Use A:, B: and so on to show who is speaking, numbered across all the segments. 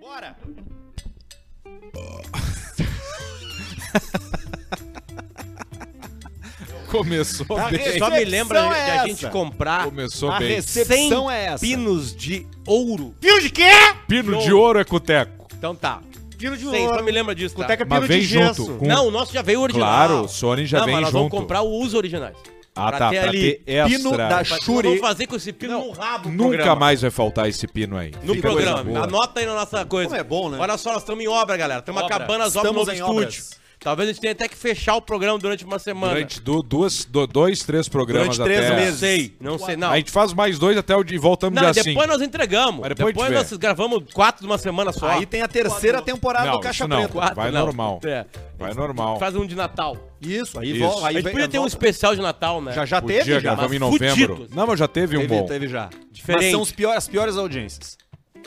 A: Bora!
B: Começou
C: Tá,
B: bem.
C: só me lembra
A: recepção
C: de
A: é
C: a gente
A: essa?
C: comprar
B: Começou
A: a
B: bem.
A: rece-
C: 100
A: Recepção é essa.
C: pinos de ouro.
A: Pino de quê?
B: Pino de ouro é cuteco.
C: Então tá.
A: Pino de
C: 100, só
A: ouro.
C: me lembra disso, tá?
A: Cuteca é
B: Mas
A: pino
B: vem
A: de gesso.
B: junto com-
C: Não, o nosso já veio original.
B: Claro, o Sony já
C: não,
B: vem
C: mas nós
B: junto.
C: vamos comprar os originais.
B: Ah,
C: pra
B: tá.
C: ter
B: Pra
C: ali,
B: ter extra.
A: pino da
C: Mas nós
A: Chure.
C: Vamos fazer com esse pino no rabo o
B: Nunca
C: programa.
B: mais vai faltar esse pino aí.
C: No
B: Que coisa
C: programa.
B: boa.
C: Anota aí na nossa coisa.
A: Como é bom, né?
C: Olha só, nós estamos em obra, galera. Estamos
A: Obra.
C: acabando as obras do
A: Estamos
C: novo
A: em
C: estúdio.
A: obras.
C: Talvez a gente tenha até que fechar o programa durante uma semana.
B: Durante du- duas, do- dois, três programas
A: Durante três
B: até.
C: Não
A: meses.
C: sei, não sei, não.
B: A gente faz mais dois até o dia e voltamos
C: Não,
B: dia
C: depois
B: 5.
C: nós entregamos.
B: Mas
C: Depois,
B: depois tiver.
C: nós gravamos quatro de uma semana só.
A: Aí tem a terceira temporada
B: Não,
A: do Caixa
B: isso não.
A: Preta.
C: Quatro,
B: Vai
C: não.
B: normal.
C: É.
B: Vai normal.
C: Faz um de Natal.
A: Isso, aí
B: Isso.
A: volta.
C: A
A: Aí
C: gente
A: vem-
C: podia ter
B: é,
C: um
A: volta.
C: especial de Natal, né?
A: Já já
B: Podia,
A: teve, já.
B: gravamos em
C: mas
B: novembro.
C: fudido.
B: Não, mas já teve um
A: Teve,
B: bom.
A: teve já.
C: Diferente.
A: Mas são os piores, as piores audiências.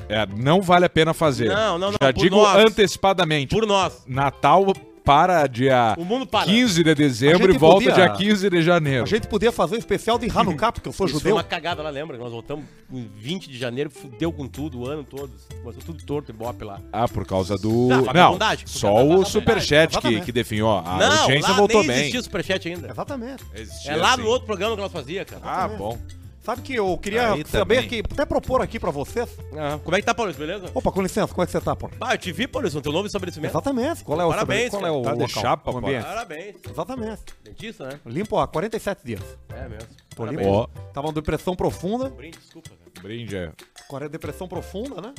B: É, não vale a pena fazer.
C: Não, não, não,
B: Já
C: por
B: digo
C: nós.
B: antecipadamente.
C: Por nós.
B: Natal para dia
C: O mundo para.
B: 15 de
A: A
B: dezembro
A: gente
B: e volta
A: podia-
B: dia 15 de janeiro.
A: A gente podia fazer um especial de Hanukkah, porque eu sou
C: Isso foi
A: judeu.
C: uma cagada lá, lembra? Nós voltamos em 20 de janeiro, fudeu com tudo, o ano todo. Começou tudo torto e bope lá.
B: Ah, por causa do.
C: Ah,
B: não,
C: vagabundagem, por
B: só
C: causa da
B: o
C: vagabundagem.
B: superchat que,
A: Exatamente.
B: que definhou. A audiência
C: lá
B: voltou
C: nem
B: bem.
C: existia superchat ainda.
A: Exatamente.
B: Existia,
C: É lá
B: sim.
C: no outro programa que nós fazia, cara.
B: Ah, bom.
A: Sabe que eu queria
B: Aí
A: saber, que,
B: também.
A: até propor aqui pra vocês.
C: Ah, Como é que tá, Paulista, beleza?
A: Opa, com licença, como é que você tá, pô?
C: Bah, eu te vi, Paulista, no teu novo estabelecimento.
A: Exatamente. Qual é o
C: Parabéns,
A: sobre-
C: cara.
A: Qual é o
B: Tá de
A: local,
B: chapa,
A: o
B: pô.
A: ambiente?
C: Parabéns.
A: Exatamente.
C: Dentista, né?
A: Limpo há 47 dias.
C: É mesmo.
A: Tô
C: Parabéns.
A: limpo.
B: Ó.
A: Tava uma depressão profunda.
C: Brinde, desculpa, cara.
B: Brinde. é.
A: Agora é depressão profunda, né?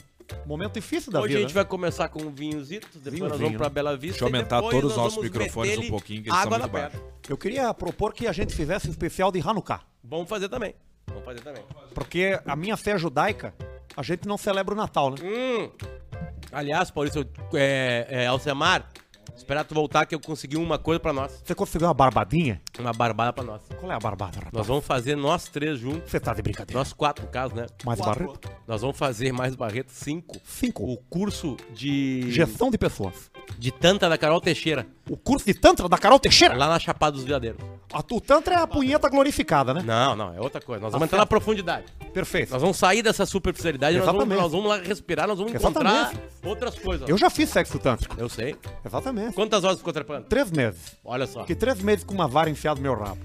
A: Momento difícil da
B: Tá
C: Hoje
A: vida.
C: a gente vai começar com um vinhozito, depois
A: Vinho,
C: nós vamos
A: vinho.
C: pra Bela Vista.
B: né? Deixa eu
C: e
B: aumentar
C: depois
B: todos
C: nós
B: os nossos
C: vamos
B: microfones
C: meter-lhe
B: um pouquinho, que eles
C: água
B: são
C: na
B: muito
C: pedra.
A: Eu queria propor que a gente fizesse um especial de Hanukkah.
C: Vamos fazer também. Vamos fazer também.
A: Porque a minha fé judaica, a gente não celebra o Natal, né?
C: Hum. Aliás, Paulista, eu- é, é, Alcemar, esperar tu voltar que eu consegui uma coisa pra nós.
A: Você conseguiu uma barbadinha?
C: Uma barbada pra nós.
A: Qual é a barbada, rapaz?
C: Nós vamos fazer nós três juntos.
A: Você tá de brincadeira.
C: Nós quatro, no caso, né?
A: Mais barreto?
C: Nós vamos fazer mais Barreto cinco.
A: Cinco.
C: O curso de.
A: Gestão de pessoas.
C: De Tanta da Carol Teixeira.
A: O curso de Tantra da Carol Teixeira.
C: Lá na Chapada dos Veadeiros.
A: A, o Tantra é a punheta glorificada, né?
C: Não, não, é outra coisa. Nós vamos
A: Tá
C: entrar na profundidade.
A: Perfeito.
C: Nós vamos sair dessa superficialidade, nós vamos,
A: Exatamente.
C: nós vamos lá respirar, nós vamos encontrar
A: Exatamente.
C: outras coisas.
A: Eu já fiz sexo tântrico.
C: Eu sei.
A: Exatamente.
C: Quantas horas ficou trepando?
A: Três meses.
C: Olha só.
A: Fiquei três meses com uma vara enfiada no meu rabo.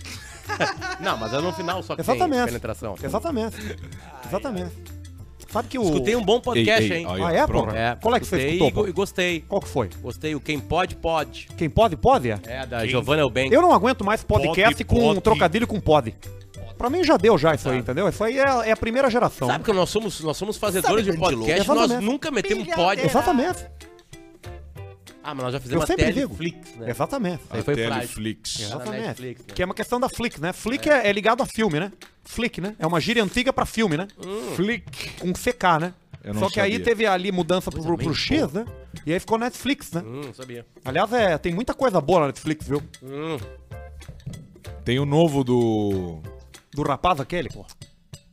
C: Não, mas é no final só que tem
A: Exatamente.
C: penetração.
A: Exatamente. Exatamente. Sabe que o...
C: Escutei um bom podcast,
B: Ei, ei,
C: hein?
B: olha,
A: Ah, é,
B: Pronto.
A: porra?
C: É,
A: Qual é que você
C: escutei
A: escutou,
C: e go- e
A: pô?
C: gostei.
A: Qual que foi?
C: Gostei. O Quem Pode, Pode.
A: Quem pode, pode? É?
C: É, da Giovanna Elben.
A: Eu não aguento mais podcast
C: Pode,
A: com
C: pode.
A: trocadilho com pod. Pra mim já deu já isso aí, entendeu? Isso aí é, é a primeira geração.
C: Sabe que nós somos, nós somos fazedores de podcast, nós
A: Exatamente.
C: nunca metemos pod.
A: Exatamente.
C: Ah, mas nós já
A: Eu
C: fizemos
A: sempre
C: até
A: digo.
C: Netflix, né?
A: Exatamente.
C: Aí foi
B: A
C: frágil.
B: Teleflix.
C: Exato.
A: Exatamente.
C: Netflix, né?
A: Que é uma questão da Flick, né? Flick é, é ligado a filme, né? Flick, né? É uma gíria antiga pra filme, né?
C: Hum.
B: Flick.
A: Com CK, né?
B: Eu não
A: Só que aí
B: sabia.
A: teve ali mudança pro, pro
C: bem
A: X, né? E aí ficou Netflix, né?
C: Hum, sabia.
A: Aliás, é, tem muita coisa boa na Netflix, viu?
C: Hum.
B: Tem o novo do.
A: Do rapaz aquele, pô.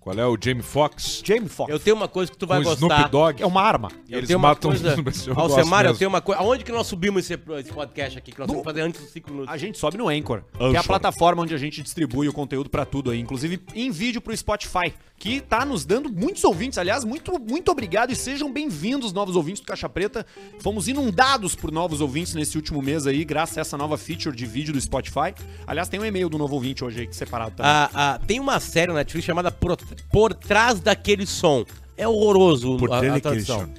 B: Qual é? O Jamie Foxx.
A: Jamie Foxx.
C: Eu tenho uma coisa que tu vai
B: com o
C: gostar.
B: Snoop Dogg.
A: É uma arma.
B: E
C: Eu
B: eles
C: tenho uma
B: matam
C: coisa...
B: os eu
C: Alcemar, eu
B: gosto
C: tenho uma coisa. Aonde que nós subimos esse, esse podcast aqui? Que nós
A: No-
C: vamos fazer antes dos 5 minutos.
A: A gente sobe no Anchor, que é a
B: Anchor.
A: plataforma onde a gente distribui o conteúdo pra tudo aí, inclusive em vídeo pro Spotify, que tá nos dando muitos ouvintes. Aliás, muito muito obrigado e sejam bem-vindos novos ouvintes do Caixa Preta. Fomos inundados por novos ouvintes nesse último mês aí, graças a essa nova feature de vídeo do Spotify. Aliás, tem um e-mail do novo ouvinte hoje aí que separado também.
C: Ah, ah, tem uma série na Netflix chamada Por, Por Trás Daquele Som. É horroroso
B: Por
C: a,
B: Trás
C: a
B: Daquele
C: tradução.
B: Som.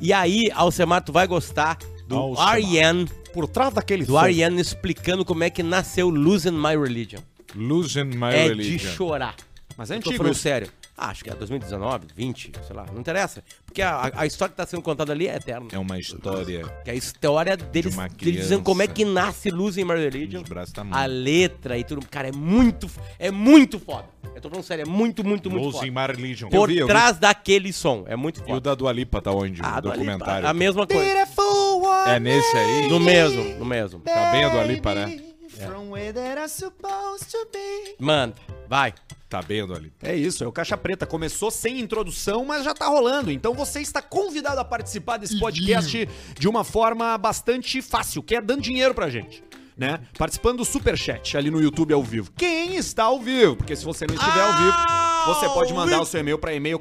C: E aí, Alcemar, tu vai gostar do
B: Alcemar.
C: Ariane,
B: Ah,
A: por trás daquele
C: do Ariane explicando como é que nasceu Losing My Religion.
B: mesmo. Losing My
C: é de
B: Religion.
C: chorar.
A: Mas
C: Eu
A: é
C: tô
A: antigo.
C: falando
A: isso.
C: sério. Ah, acho que é 2019, 20, sei lá, não interessa. Porque a, a- a história que tá sendo contada ali é eterna.
B: É uma história.
C: Que é a história deles,
B: uma
C: deles dizendo
B: criança.
C: como é que nasce Losing My Religion.
B: Os braços tá
C: a
B: muito.
C: letra e tudo. Cara, é muito, é muito foda. Eu tô falando sério, é muito, muito, muito foda.
B: Losing My Religion.
C: Por
B: Eu vi, eu vi.
C: trás daquele som. É muito
B: E o
C: foda.
B: da Dua Lipa tá onde?
C: Ah,
B: o
C: do Ali,
B: documentário.
C: a mesma coisa.
D: Beautiful one
B: É nesse aí?
C: No mesmo, no mesmo.
B: Tá bem a Dua Lipa, né?
D: É. From where that I'm supposed to be.
C: Manda, vai.
B: Tá bem a Dua Lipa.
A: É isso, é o Caixa Preta. Começou sem introdução, mas já tá rolando. Então você está convidado a participar desse podcast de uma forma bastante fácil, que é dando dinheiro pra gente. Né? Participando do Superchat ali no YouTube ao vivo. Quem está ao vivo? Porque se você não estiver ao vivo, Você pode mandar o seu e-mail para e-mail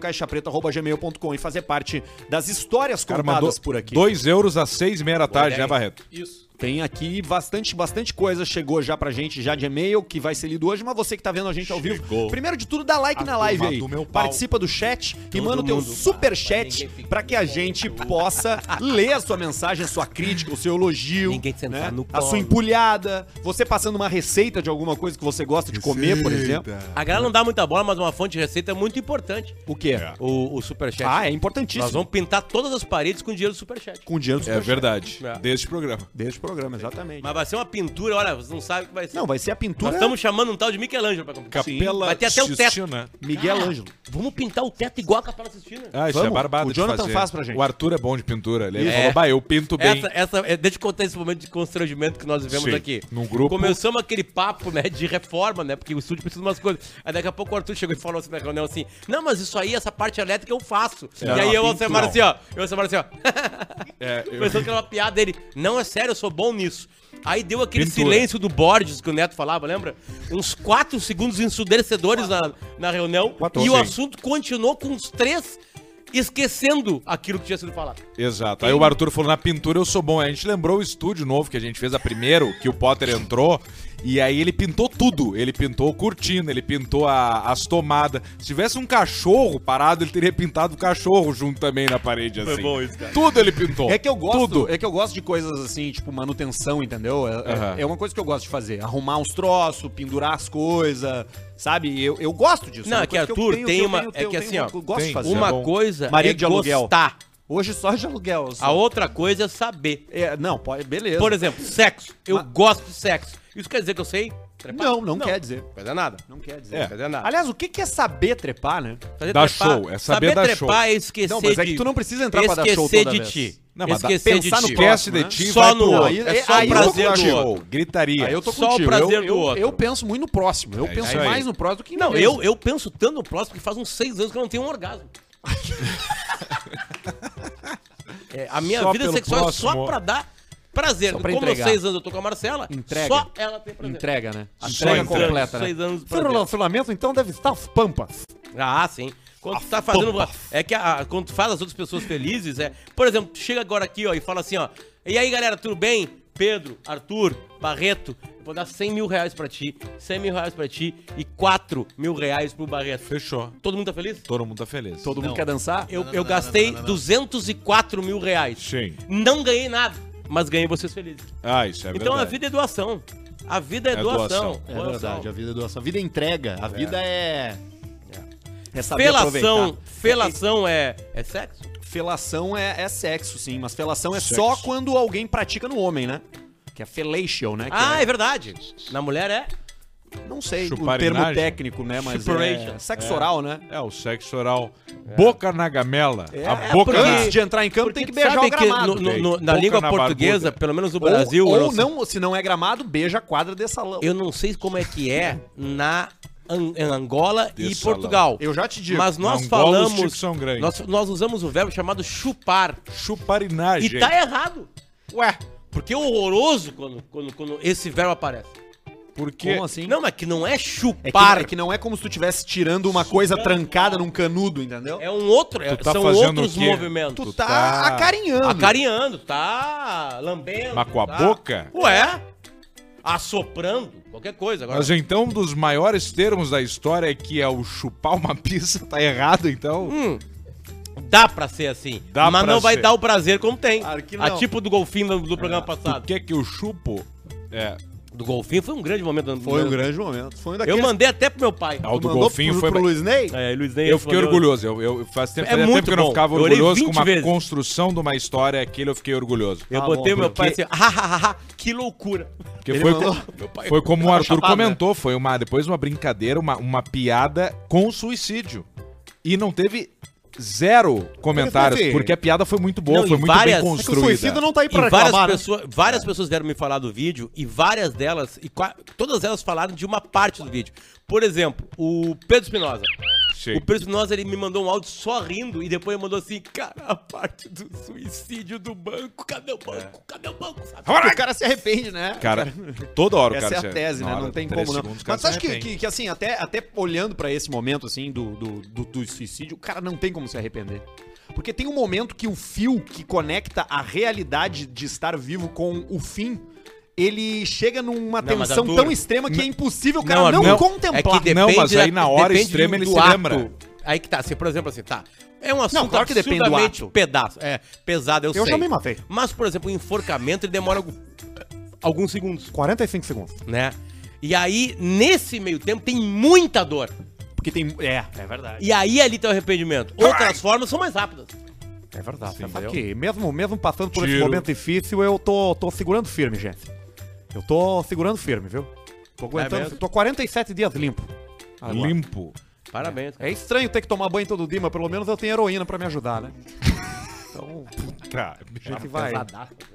A: caixapreta.gmail.com e fazer parte das histórias
B: O cara mandou
A: contadas por aqui.
B: 2 euros às 6 e meia da tarde, né, Barreto?
C: Isso.
A: Tem aqui bastante, bastante coisa chegou já pra gente, já de e-mail, que vai ser lido hoje, mas você que tá vendo a gente ao vivo,
B: Chegou.
A: primeiro de tudo, dá like
B: A
A: na live
B: turma
A: aí.
B: do meu pau.
A: Participa do chat e manda o teu
C: mundo.
A: super
C: Mas
A: chat
C: ninguém fica
A: pra que a gente possa ler a sua mensagem, a sua crítica, o seu elogio, né?
C: Ninguém te sentar no
A: a sua
C: colo.
A: empulhada, você passando uma receita de alguma coisa que você gosta de comer, por exemplo.
C: A galera não dá muita bola, mas uma fonte de receita é muito importante.
A: O quê?
B: É.
C: O, o Superchat.
A: Ah, é importantíssimo.
C: Nós vamos pintar todas as paredes com dinheiro do Superchat.
A: com o dinheiro do
B: É verdade.
C: É.
B: Deste programa.
A: Desde o programa, exatamente.
C: Mas vai ser uma pintura, olha, vocês não sabem o que vai ser.
A: Não, vai ser a pintura
C: Nós estamos chamando um tal de Michelangelo pra comprar.
B: Capela
C: Vai ter até o teto.
B: Sistina.
A: Miguel Ângelo.
C: Vamos pintar o teto igual a Capela Sistina.
B: Ah, isso
A: Vamos.
B: é barbado
A: O
B: de
A: Jonathan
B: fazer.
A: faz pra gente.
B: O Arthur é bom de pintura. Ele
C: Isso.
B: falou,
C: É.
B: bah, eu pinto bem.
C: Essa, essa, é, deixa eu contar esse momento de constrangimento que nós vivemos
B: Sim,
C: aqui.
B: num grupo.
C: Começamos aquele papo, né, de reforma, né, porque o estúdio precisa de umas coisas. Aí daqui a pouco o Arthur chegou e falou assim na reunião assim, não, mas isso aí, essa parte elétrica eu faço.
B: É. Não,
C: e aí
B: a
C: eu, o Alcemar assim,
B: pintura.
C: ó, eu, o Alcemar assim, ó.
B: É, eu-
C: Pensando que era uma piada dele. Não, é sério, eu sou bom nisso. Aí deu aquele
B: Pintura.
C: silêncio do Borges que o Neto falava, lembra? Uns quatro segundos ensurdecedores na, na reunião.
B: Quatro,
C: e o
B: sim.
C: assunto continuou com os três esquecendo aquilo que tinha sido falado.
B: Exato. Aí o Arthur falou, na pintura eu sou bom. A gente lembrou o estúdio novo que a gente fez a primeiro, que o Potter entrou. E aí ele pintou tudo. Ele pintou cortina, ele pintou a- as tomadas. Se tivesse um cachorro parado, ele teria pintado o cachorro junto também na parede, assim.
C: bom isso, cara.
B: Tudo ele pintou.
A: É que eu gosto,
B: Tudo.
A: é que eu gosto de coisas assim, tipo manutenção, entendeu? É, é-
B: Aham.
A: é uma coisa que eu gosto de fazer, arrumar uns troços, pendurar as coisas, sabe? Eu, eu gosto disso.
C: Não,
A: uma
C: é que,
A: coisa
C: Arthur,
A: eu
C: tem
A: eu
C: uma- é
A: eu
C: que assim,
A: uma-
C: ó,
A: eu gosto de
B: tem.
A: fazer.
B: Isso
C: Uma
B: é bom.
C: coisa
A: Marido
C: é
A: de aluguel.
C: gostar,
A: Hoje só de aluguel. assim.
C: a outra coisa é saber.
A: É, não, pode, beleza.
C: Por exemplo, sexo. Eu
A: Mas-
C: gosto de sexo. Isso quer dizer que eu sei? trepar?
A: não, não, quer dizer.
C: Quer dizer nada.
A: Não quer dizer.
B: É.
C: Quer dizer nada.
A: Aliás, o que que é saber trepar, né?
C: Fazer
B: Dar show, é saber dar
C: trepar
B: show.
C: é esquecer
A: Não, mas é que
C: de-
A: tu não precisa entrar pra dar
C: esquecer
A: show toda
C: de
A: vez.
C: ti.
B: Não, mas dá-
C: esquecer de
A: pensar no
C: ti.
A: próximo.
B: Esquece de
A: né?
B: ti,
C: Só
B: vai
C: no
B: pro
C: outro.
B: outro.
A: Aí-
C: É só
A: aí
C: o
A: eu
C: prazer
A: curti.
C: do
B: Show,
C: outro.
B: gritaria.
A: Aí eu tô
C: Só o
A: contigo.
C: prazer
A: eu,
C: do
A: eu-
C: outro.
A: eu penso muito no próximo. Eu
B: É
A: penso
B: isso aí.
A: mais no próximo do que em
C: Não,
A: mim
C: eu,
A: mesmo.
C: eu penso tanto no próximo que faz uns seis anos que eu não tenho um orgasmo. É, a minha
B: Só
C: vida
B: pelo
C: sexual é só
B: próximo.
C: pra dar prazer.
A: Só pra
C: Como aos
A: entregar.
C: seis anos eu tô com a Marcela,
A: Entrega.
C: só ela tem prazer.
A: Entrega, né?
C: Só
A: Entrega
B: entrando,
A: completa, né?
C: Seis anos
A: Seu
C: de prazer.
A: relacionamento, então, deve estar aos pampas.
C: Ah, sim. Quando tu tá fazendo. É que a- a- quando tu faz as outras pessoas felizes, é. Por exemplo, tu chega agora aqui, ó, e fala assim, ó. E aí, galera, tudo bem? Pedro, Arthur, Barreto, eu vou dar 100 mil reais pra ti, 100 mil reais pra ti e 4 mil reais pro Barreto.
B: Fechou.
C: Todo mundo tá feliz?
B: Todo mundo tá feliz.
A: Todo mundo quer dançar?
C: Eu, eu gastei 204 mil reais.
B: Sim.
C: Não ganhei nada, mas ganhei vocês felizes.
B: Ah, isso é
C: então
B: verdade.
C: a vida é doação. A vida é,
B: É
C: doação.
B: doação.
A: É verdade, a vida é doação. A vida é entrega. A vida é. É saber
C: Felação,
A: aproveitar.
C: felação é, é sexo?
A: Felação é, é sexo, sim, mas felação é
B: Sexo.
A: só quando alguém pratica no homem, né? Que é fellatio, né? Que
C: Ah,
A: é-
C: é verdade. Na mulher é.
A: Não sei o
B: Chuparinagem.
A: termo técnico, né? Mas é
C: Chuparation.
A: sexo oral, né?
B: É, o sexo oral.
C: É.
B: Boca na gamela.
A: É,
B: a boca
C: porque-
B: na...
A: Antes de entrar em campo tem que beijar o
C: sabe que
A: gramado.
C: no- no-
B: velho.
C: no- na
B: Boca
C: língua
B: na
C: portuguesa,
B: barbuda.
C: pelo menos no
A: Ou-
C: Brasil,
A: ou,
C: eu, não sei,
A: não, se não é gramado, beija a quadra de salão.
C: eu não sei como é que é na An- em Angola
B: De
C: e
B: salão.
C: Portugal.
A: Eu já te digo.
C: Mas nós
B: Na Angola, os
C: falamos,
B: tipos são grandes.
C: nós, nós usamos o verbo chamado chupar
B: Chuparinagem.
C: e tá errado. Ué, porque é horroroso quando, quando, quando esse verbo aparece.
B: Porque...
A: Como assim?
C: Não, mas que não é
A: É que,
C: chupar.
A: é que não é como se tu estivesse tirando uma coisa trancada num canudo, entendeu?
C: É um outro, é-
B: Tu tá
C: são
B: fazendo
C: outros
B: o quê?
C: movimentos.
A: tu
B: tu
A: tá,
B: tá
A: acarinhando.
C: Acarinhando, tá lambendo.
B: Mas com a
C: tá-
B: boca?
C: Ué, assoprando, qualquer coisa. Agora,
B: Mas então, um dos maiores termos da história é que é o chupar uma pizza, tá errado, então.
C: Hum, Dá pra ser assim.
B: Dá
C: mas
B: pra
C: não vai
B: ser.
C: dar o prazer como tem.
A: Claro que
C: A
A: não.
C: tipo do golfinho do, do programa
B: O
C: passado.
B: que é que eu chupo? É.
C: Do golfinho foi um grande momento. do-
A: Foi um grande momento. Foi um daqueles
C: Eu mandei até pro meu pai.
B: Ah, o
A: que tu
B: do
A: mandou
B: golfinho
A: pro,
B: foi.
A: pro Luiz Ney.
C: É, Luiz Ney
B: Eu fiquei
C: respondeu-
B: orgulhoso. Eu, eu faz tempo,
C: É
B: fazia tempo
C: muito
B: que eu não
C: bom.
B: ficava
C: Eu olhei
B: orgulhoso com
C: 20
B: uma
C: vezes.
B: construção de uma história aquele eu fiquei orgulhoso.
C: Eu
A: Ah,
C: botei
A: bom,
C: meu pai
A: porque-
C: assim, hahaha, que loucura.
B: Porque
A: Ele
B: foi,
A: mandou-
B: co- foi como o
A: tava
B: Arthur
A: chapado,
B: comentou, foi uma depois uma brincadeira, uma, uma piada com suicídio. E não teve zero comentários,
A: teve-
B: porque a piada foi muito boa,
C: Não,
B: foi
C: e
B: muito
C: várias-
B: bem
C: É que o
A: É que o suicida
B: construída.
A: não tá aí
C: E
A: pra
C: várias,
A: reclamar, né?
C: pessoas, várias pessoas vieram me falar do vídeo e várias delas, e qua- todas elas falaram de uma parte do vídeo. Por exemplo, o Pedro Espinosa.
B: Sim.
C: O Pedro Espinosa, ele me mandou um áudio só rindo e depois ele mandou assim, cara, a parte do suicídio do banco, cadê o banco? Cadê o banco? Sabe?
A: O cara se arrepende, né?
B: Cara, toda hora o
A: Essa
B: cara
A: é a
B: se-
A: tese,
B: na
A: né?
B: hora,
A: Não tem
B: três
A: como, não.
B: segundos, o cara é
A: Mas você
B: se
A: acha que,
B: arrepende.
A: que, que, assim, até, até olhando pra esse momento, assim, do, do, do, do suicídio, o cara não tem como se arrepender. Porque tem um momento que o fio que conecta a realidade de estar vivo com o fim, ele chega numa
C: Não, mas,
A: tensão
C: Arthur,
A: tão extrema que é impossível o cara não,
B: Arthur, não.
A: contemplar.
B: É que Não, mas
C: da-
B: aí na hora
C: depende
B: extrema
C: do-
B: ele
C: do
B: se
C: ato.
B: lembra.
C: Aí que tá, assim, por exemplo, assim, tá. É um assunto
A: claro que depende do
C: absurdamente
A: ato.
C: pedaço. É, pesado, eu, sei.
A: Eu já me matei.
C: Mas, por exemplo, o enforcamento ele demora algum- alguns segundos,
A: 45 segundos.
C: né? E aí, nesse meio tempo, tem muita dor.
A: Porque tem. É, é verdade.
C: E aí ali tá o arrependimento. Outras formas são mais rápidas.
A: É verdade.
B: Sim,
A: Só
B: entendeu?
A: que mesmo, mesmo passando por esse
B: Tiro.
A: momento difícil, eu tô, tô segurando firme, gente. Eu tô segurando firme, viu? Tô aguentando.
C: É mesmo?
A: tô 47 dias limpo. Agora.
B: Limpo.
C: Parabéns.
A: É estranho ter que tomar banho todo dia, mas pelo menos eu tenho heroína pra me ajudar, né? Então,
B: Tá,
A: a gente vai. Assim.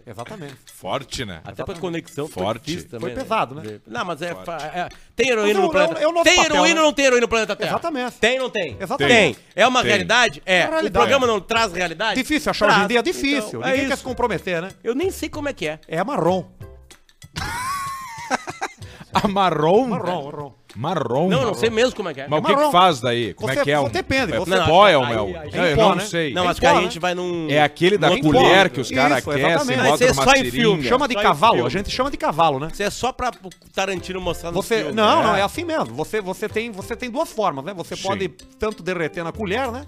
A: Exatamente.
B: forte, né?
C: Até pra conexão
B: Forte.
C: difícil
A: Foi
C: também.
A: pesado, né?
C: Não, mas é, fa- é- Tem heroína
A: Mas é o- é
C: no
A: o-
C: planeta.
A: é o nosso
C: tem
A: papel,
C: heroína
A: né?
C: ou não tem heroína no planeta Terra?
A: Exatamente.
C: Tem ou não tem?
A: Exatamente.
C: Tem. É uma
B: Tem.
C: realidade? É.
A: É uma realidade.
C: O programa não traz realidade?
A: Difícil achar hoje em
C: Traz.
A: dia, é difícil.
C: Então, é
A: Ninguém quer
C: isso.
A: se comprometer, né?
C: Eu nem sei como é que é.
A: É marrom.
B: A Ah, marrom?
A: Marrom, marrom.
B: Marrom.
C: Não, eu não sei mesmo como é que é.
B: Mas o que
A: marrom.
B: que faz daí? Como
A: Você-
B: é que é?
A: você
B: um-
A: depende,
B: É
A: você-
B: não,
C: Não,
B: pó,
C: aí-
B: é um mel.
C: aí- aí-
B: Não, eu
A: pó,
B: não
A: né?
B: sei.
C: Não,
A: Em
C: mas que aí
A: pó,
C: a gente vai num.
B: É aquele da
A: Nem pó.
B: colher que os
A: Isso,
B: caras
A: exatamente.
B: aquecem,
A: Mas
B: botam
C: isso é
B: numa
C: só em
B: seringa.
C: filme.
A: Chama de
C: Só em
A: cavalo,
C: filme.
A: a gente chama de cavalo, né?
C: Isso é só pra pro Tarantino mostrar no
A: Você,
C: filme,
A: não,
C: né?
A: não, é assim mesmo. Você, você, tem, você tem duas formas, né? Você
B: Sim.
A: pode tanto derreter na colher, né?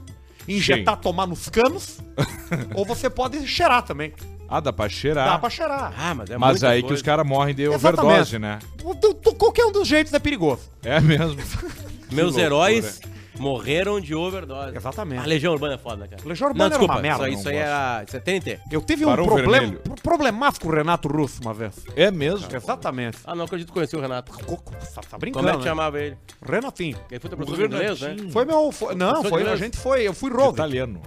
A: Injetar, tomar nos canos. ou você pode cheirar também.
B: Ah, dá pra cheirar.
A: Dá pra cheirar.
C: Ah, mas é
B: Mas
C: muita
B: aí que
C: coisa.
B: os caras morrem de
A: Exatamente.
B: overdose, né?
A: O- o- Qualquer um dos jeitos é perigoso.
B: É mesmo.
C: Meus
B: loucura.
C: heróis morreram de overdose.
A: Exatamente.
C: A Legião Urbana é foda, cara.
A: Legião Urbana
C: não,
A: era
C: desculpa,
A: uma merda,
C: Isso aí,
B: não
C: isso aí era. Isso é TNT.
A: Eu tive
B: Barão
A: um problema,
B: Vermelho.
A: pro- problemático com o Renato Russo uma vez.
B: É mesmo.
A: Exatamente.
C: Ah, não acredito que conheci o Renato.
A: Co- co- Tá, tá
C: Como
A: brincando,
C: é que
A: né?
C: chamava ele?
A: Renatinho.
C: Ele foi teu professor de inglês, né?
B: Renatinho.
A: Foi meu... foi- não,
C: Professor
A: foi,
C: de
A: a
C: inglês.
A: gente foi... Eu fui road.
B: Italiano.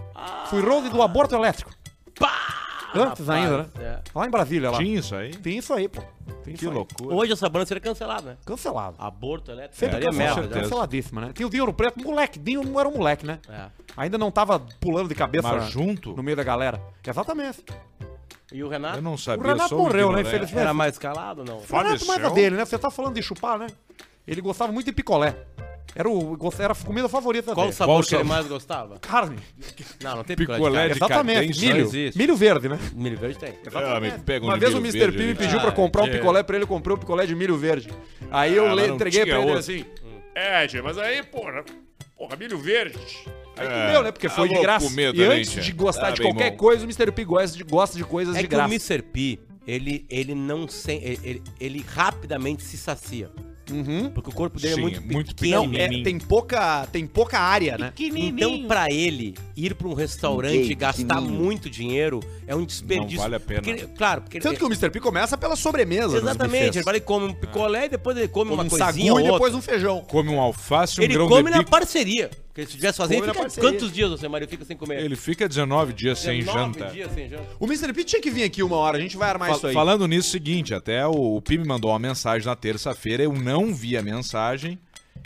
A: Fui road do aborto elétrico. Antes
C: Rapaz,
A: ainda, né?
C: é.
A: Lá em Brasília, lá.
B: Tinha isso aí?
A: Tem isso aí, pô. Tem
B: Que
A: isso aí.
B: loucura.
C: Hoje essa banda seria cancelada, né?
A: Cancelado.
C: Aborto elétrico.
A: Sempre
C: daria
A: cancelado,
B: merda, né?
A: canceladíssima, né? Tinha o Dinho Preto, moleque. Dinho não era um moleque, né?
C: né?
A: Ainda não tava pulando de cabeça
B: É. Mas
A: né?
B: junto?
A: no meio da galera. Exatamente.
C: É. E o Renato?
B: Eu não
A: O
B: sabia. eu
A: Renato
B: sou um
A: morreu, né?
B: ignorante.
A: Infelizmente.
C: Era mais calado ou não?
A: O Renato mais a
B: Faleceu?
A: dele, né? Você tá falando de chupar, né? Ele gostava muito de picolé. Era, o, gost- era a comida favorita
C: Qual o
A: dele.
C: sabor
B: É. Qual o
C: que ele
B: sabor?
C: mais gostava?
A: Carne.
C: Não, não tem
B: Picolé
C: picolé de
B: de
A: Exatamente.
B: cadência,
A: Milho.
B: isso
C: existe.
A: Milho verde, né?
C: carne. Milho verde tem.
B: Ah, me pega um
A: Uma
B: de
A: vez o
B: milho
A: Mr. P
B: verde
A: me
B: ali. é.
A: pediu
C: Ah,
A: pra comprar um
C: que-
A: picolé pra ele, eu comprei um picolé de milho verde. Aí
B: Ah,
A: eu
B: mas
A: le-
B: não
A: entreguei pra
B: tinha
A: ele
B: outro. Hum.
A: assim.
E: É, tia, mas aí, porra, porra, milho verde.
A: Aí
B: É,
A: comeu, né? Porque foi de
B: alô,
A: graça.
B: comida,
A: e
B: né,
A: antes
B: tia?
A: de gostar
B: Ah,
A: de
B: bem
A: qualquer
B: bom.
A: coisa, o Mr. P gosta de, gosta de coisas
C: É
A: de
C: que o
A: graça.
C: Mr. P, ele, ele não sem, ele, ele- ele rapidamente se sacia.
A: Uhum.
C: Porque o corpo dele
B: Sim,
C: é muito,
B: é muito
A: Não,
C: pequeno.
A: é, tem, pouca, tem pouca área, né?
C: Então, pra ele ir pra um restaurante e gastar muito dinheiro é um desperdício.
B: Não vale a pena.
C: Porque ele- claro, porque
A: Tanto que o Mr. P começa pela sobremesa. nos
C: Exatamente,
A: bufês.
C: ele vai e come um picolé e depois ele come,
A: Come
C: uma
A: um
C: coisinha
A: sagu
C: ou
A: e
C: outra.
A: depois um feijão.
B: Come um alface, um
C: Ele
B: grão
C: come
B: de
C: na
B: bico.
C: parceiro. Porque se tivesse sozinho,
A: Come
C: ele
A: na
C: fica
A: parceria.
C: quantos dias, você, Mário, fica sem comer?
B: Ele fica 19 dias sem
C: 19
B: janta.
C: dias sem janta.
A: O Mr. P tinha que vir aqui uma hora, a gente vai armar
B: Fal-
A: isso aí.
B: Falando nisso, seguinte, até o, o Pi me mandou uma mensagem na terça-feira, eu não vi a mensagem.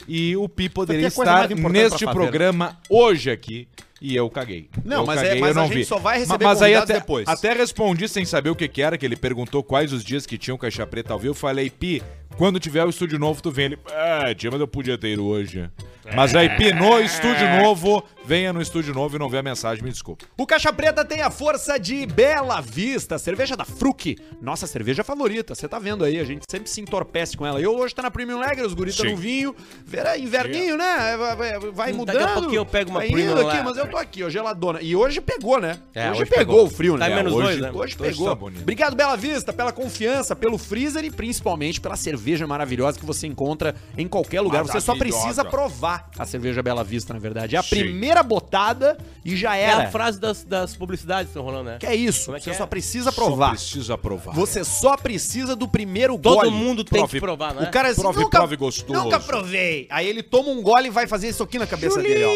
B: E o Pi poderia
A: Porque é coisa mais
B: estar
A: importante
B: neste
A: pra fazer.
B: programa hoje aqui. E eu caguei.
A: Não,
B: eu
A: mas é-
B: caguei,
A: mas
B: eu não
A: a gente
B: vi.
A: só vai receber
B: mas aí
A: convidados
B: até,
A: depois.
B: Até respondi sem saber o que, que era, que ele perguntou quais os dias que tinha o Caixa Preta ao vivo. Eu falei, Pi, quando tiver o estúdio novo, tu vem. Ele, ah, tia, mas eu podia ter ido hoje. Mas aí, Pi, no estúdio novo, venha no estúdio novo e não vê a mensagem, me desculpa.
A: O Caixa Preta tem a força de Bela Vista, cerveja da Fruc, nossa cerveja favorita. Você tá vendo aí, a gente sempre se entorpece com ela. Eu hoje tá na Premium Lager, os guritas
B: Sim.
A: no vinho. Verá, inverninho, né? Vai- vai- Vai
C: Daqui a
A: mudando.
C: pouquinho eu pego uma
A: vai
C: Premium
A: indo aqui,
C: Lager.
A: mas eu tô aqui, ó, geladona. E hoje pegou, né?
C: É,
A: hoje,
C: hoje
A: pegou,
C: pegou.
A: o frio,
C: Tá
A: né?
C: menos
A: hoje,
C: dois, né?
A: hoje
B: Hoje
A: pegou.
B: tá bonito.
A: Obrigado, Bela Vista, pela confiança, pelo freezer e principalmente pela cerveja maravilhosa que você encontra em qualquer lugar. Você só
B: Maravilhosa.
A: precisa provar a cerveja Bela Vista, na verdade. É a
B: Sim.
A: primeira botada e já
C: É
A: era.
C: a frase das, das publicidades que estão rolando, né?
A: Que é isso,
C: Como é que
A: você
C: é?
A: só precisa provar.
B: Só precisa provar.
A: Você só precisa do primeiro
C: Todo
A: gole.
C: mundo tem
B: prove-
C: que provar, né?
A: O cara assim,
B: Prove,
A: nunca,
B: prove gostoso.
A: nunca provei. Aí ele toma um gole e vai é fazer isso aqui na cabeça dele, ó.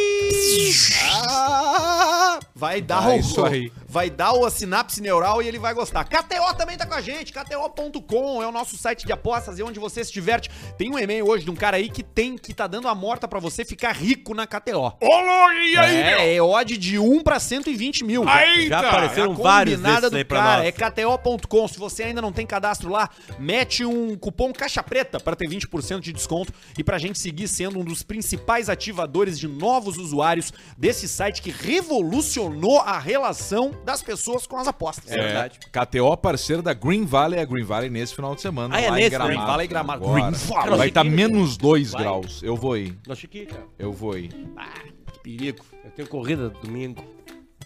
A: Ah, vai dar
B: Vai
A: o
B: isso aí.
A: vai dar o sinapse neural e ele vai gostar. KTO também tá com a gente, KTO.com é o nosso site de apostas e onde você se diverte. Tem um e-mail hoje de um cara aí que tem, que tá dando a morta pra você ficar rico na KTO.
E: Ô, louco, e aí, meu?
A: É, é odd de 1 pra 120 mil.
E: Aí,
C: Já
E: tá.
A: É a
C: apareceram vários
A: combinada
C: desses
A: do
C: aí pra
A: cara,
C: nós.
A: é kto.com. Se você ainda não tem cadastro lá, mete um cupom caixa preta para ter 20% de desconto e pra gente seguir sendo um dos principais ativadores de novos usuários desse site que revolucionou a relação das pessoas com as apostas.
C: É verdade.
B: KTO, parceiro da Green Valley, a Green Valley nesse final de semana.
C: Ah, é
B: lá
C: nesse,
B: em Gramado.
A: Green Valley, Gramado.
B: Agora.
A: Green Valley.
B: Vai estar menos 2
C: Vai.
B: graus. Eu vou ir.
C: Nós chique, cara.
B: Eu vou ir.
A: Que perigo.
C: Eu tenho corrida domingo.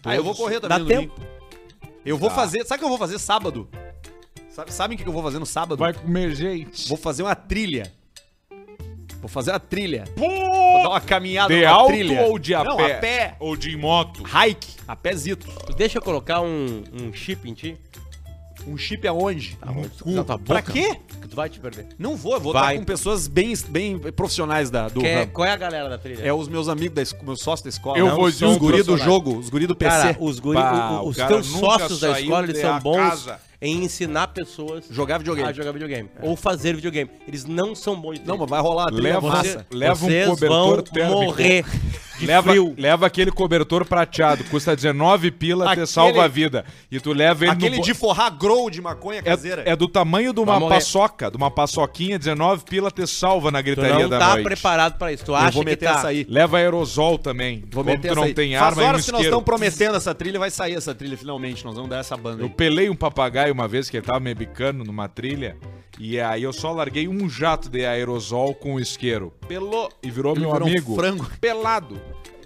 A: Ah, eu vou correr
C: Dá
A: também. no
C: tempo.
A: domingo. Eu vou
B: Tá.
A: fazer. Sabe o que eu vou fazer sábado? Sabe, sabem o que eu vou fazer no sábado?
B: comer gente.
A: Vou fazer uma trilha. Vou fazer uma trilha. Vou
B: Pô!
A: dar uma caminhada
B: De
A: numa
B: alto
A: trilha.
B: ou de a
A: Não,
B: pé?
A: a pé.
B: Ou de moto.
A: Hike, a pézito.
C: Tu deixa eu colocar um, um chip em ti?
A: Um chip aonde?
C: Tá bom.
A: cu. Pra quê?
C: Que tu vai te perder.
A: Não vou, eu vou
C: Vai.
A: estar com pessoas bem, bem profissionais da, do
C: Quer-
A: ramo.
C: qual é a galera da trilha?
A: É os meus amigos, da, esco- meus sócios da escola.
B: Eu
A: Não,
B: vou
A: os
B: de um
A: guri do
B: profissional.
A: jogo, os guri do PC.
C: Cara, os, guri,
B: Bah,
C: o- o-
B: o
C: os
B: cara
C: teus
B: nunca
C: sócios da
B: saiu
C: escola eles
B: de
C: são
B: a
C: bons
B: casa. É.
C: em ensinar pessoas
A: Jogar videogame.
C: a jogar videogame. Ou fazer videogame. Eles não são bons de
A: Não,
C: trilha.
A: mas vai rolar a trilha
B: Leva
A: massa.
B: você- leva um
C: Vocês
B: cobertor
C: vão
B: térmico.
C: morrer de
B: Leva,
C: frio.
B: leva aquele cobertor prateado, custa 19 pila,
A: Aquele-
B: te salva a vida. E tu leva ele
A: Aquele
B: no. bo-
A: de forrar grow de maconha caseira.
B: É, é do tamanho de uma
C: Vai morrer.
B: paçoca, de uma paçoquinha, 19 pila, te salva na
C: Tu
B: gritaria
C: não
B: da
C: tá
B: noite.
C: preparado pra isso. Tu
A: eu
C: acha
A: vou
C: que
A: meter
C: tá.
A: essa aí.
B: Leva aerosol também.
A: Vou
B: Como
A: meter
B: tu não
A: essa aí.
B: tem
A: Faz
B: arma, é um
A: horas que nós
B: isqueiro.
A: estamos prometendo essa trilha, vai sair essa trilha finalmente. Nós vamos dar essa banda
B: Eu
A: aí.
B: pelei um papagaio uma vez que ele tava me bicando numa trilha. E aí eu só larguei um jato de aerosol com o isqueiro. Pelou e virou
A: Ele
B: meu
A: virou um
B: amigo.
A: frango.
B: Pelado.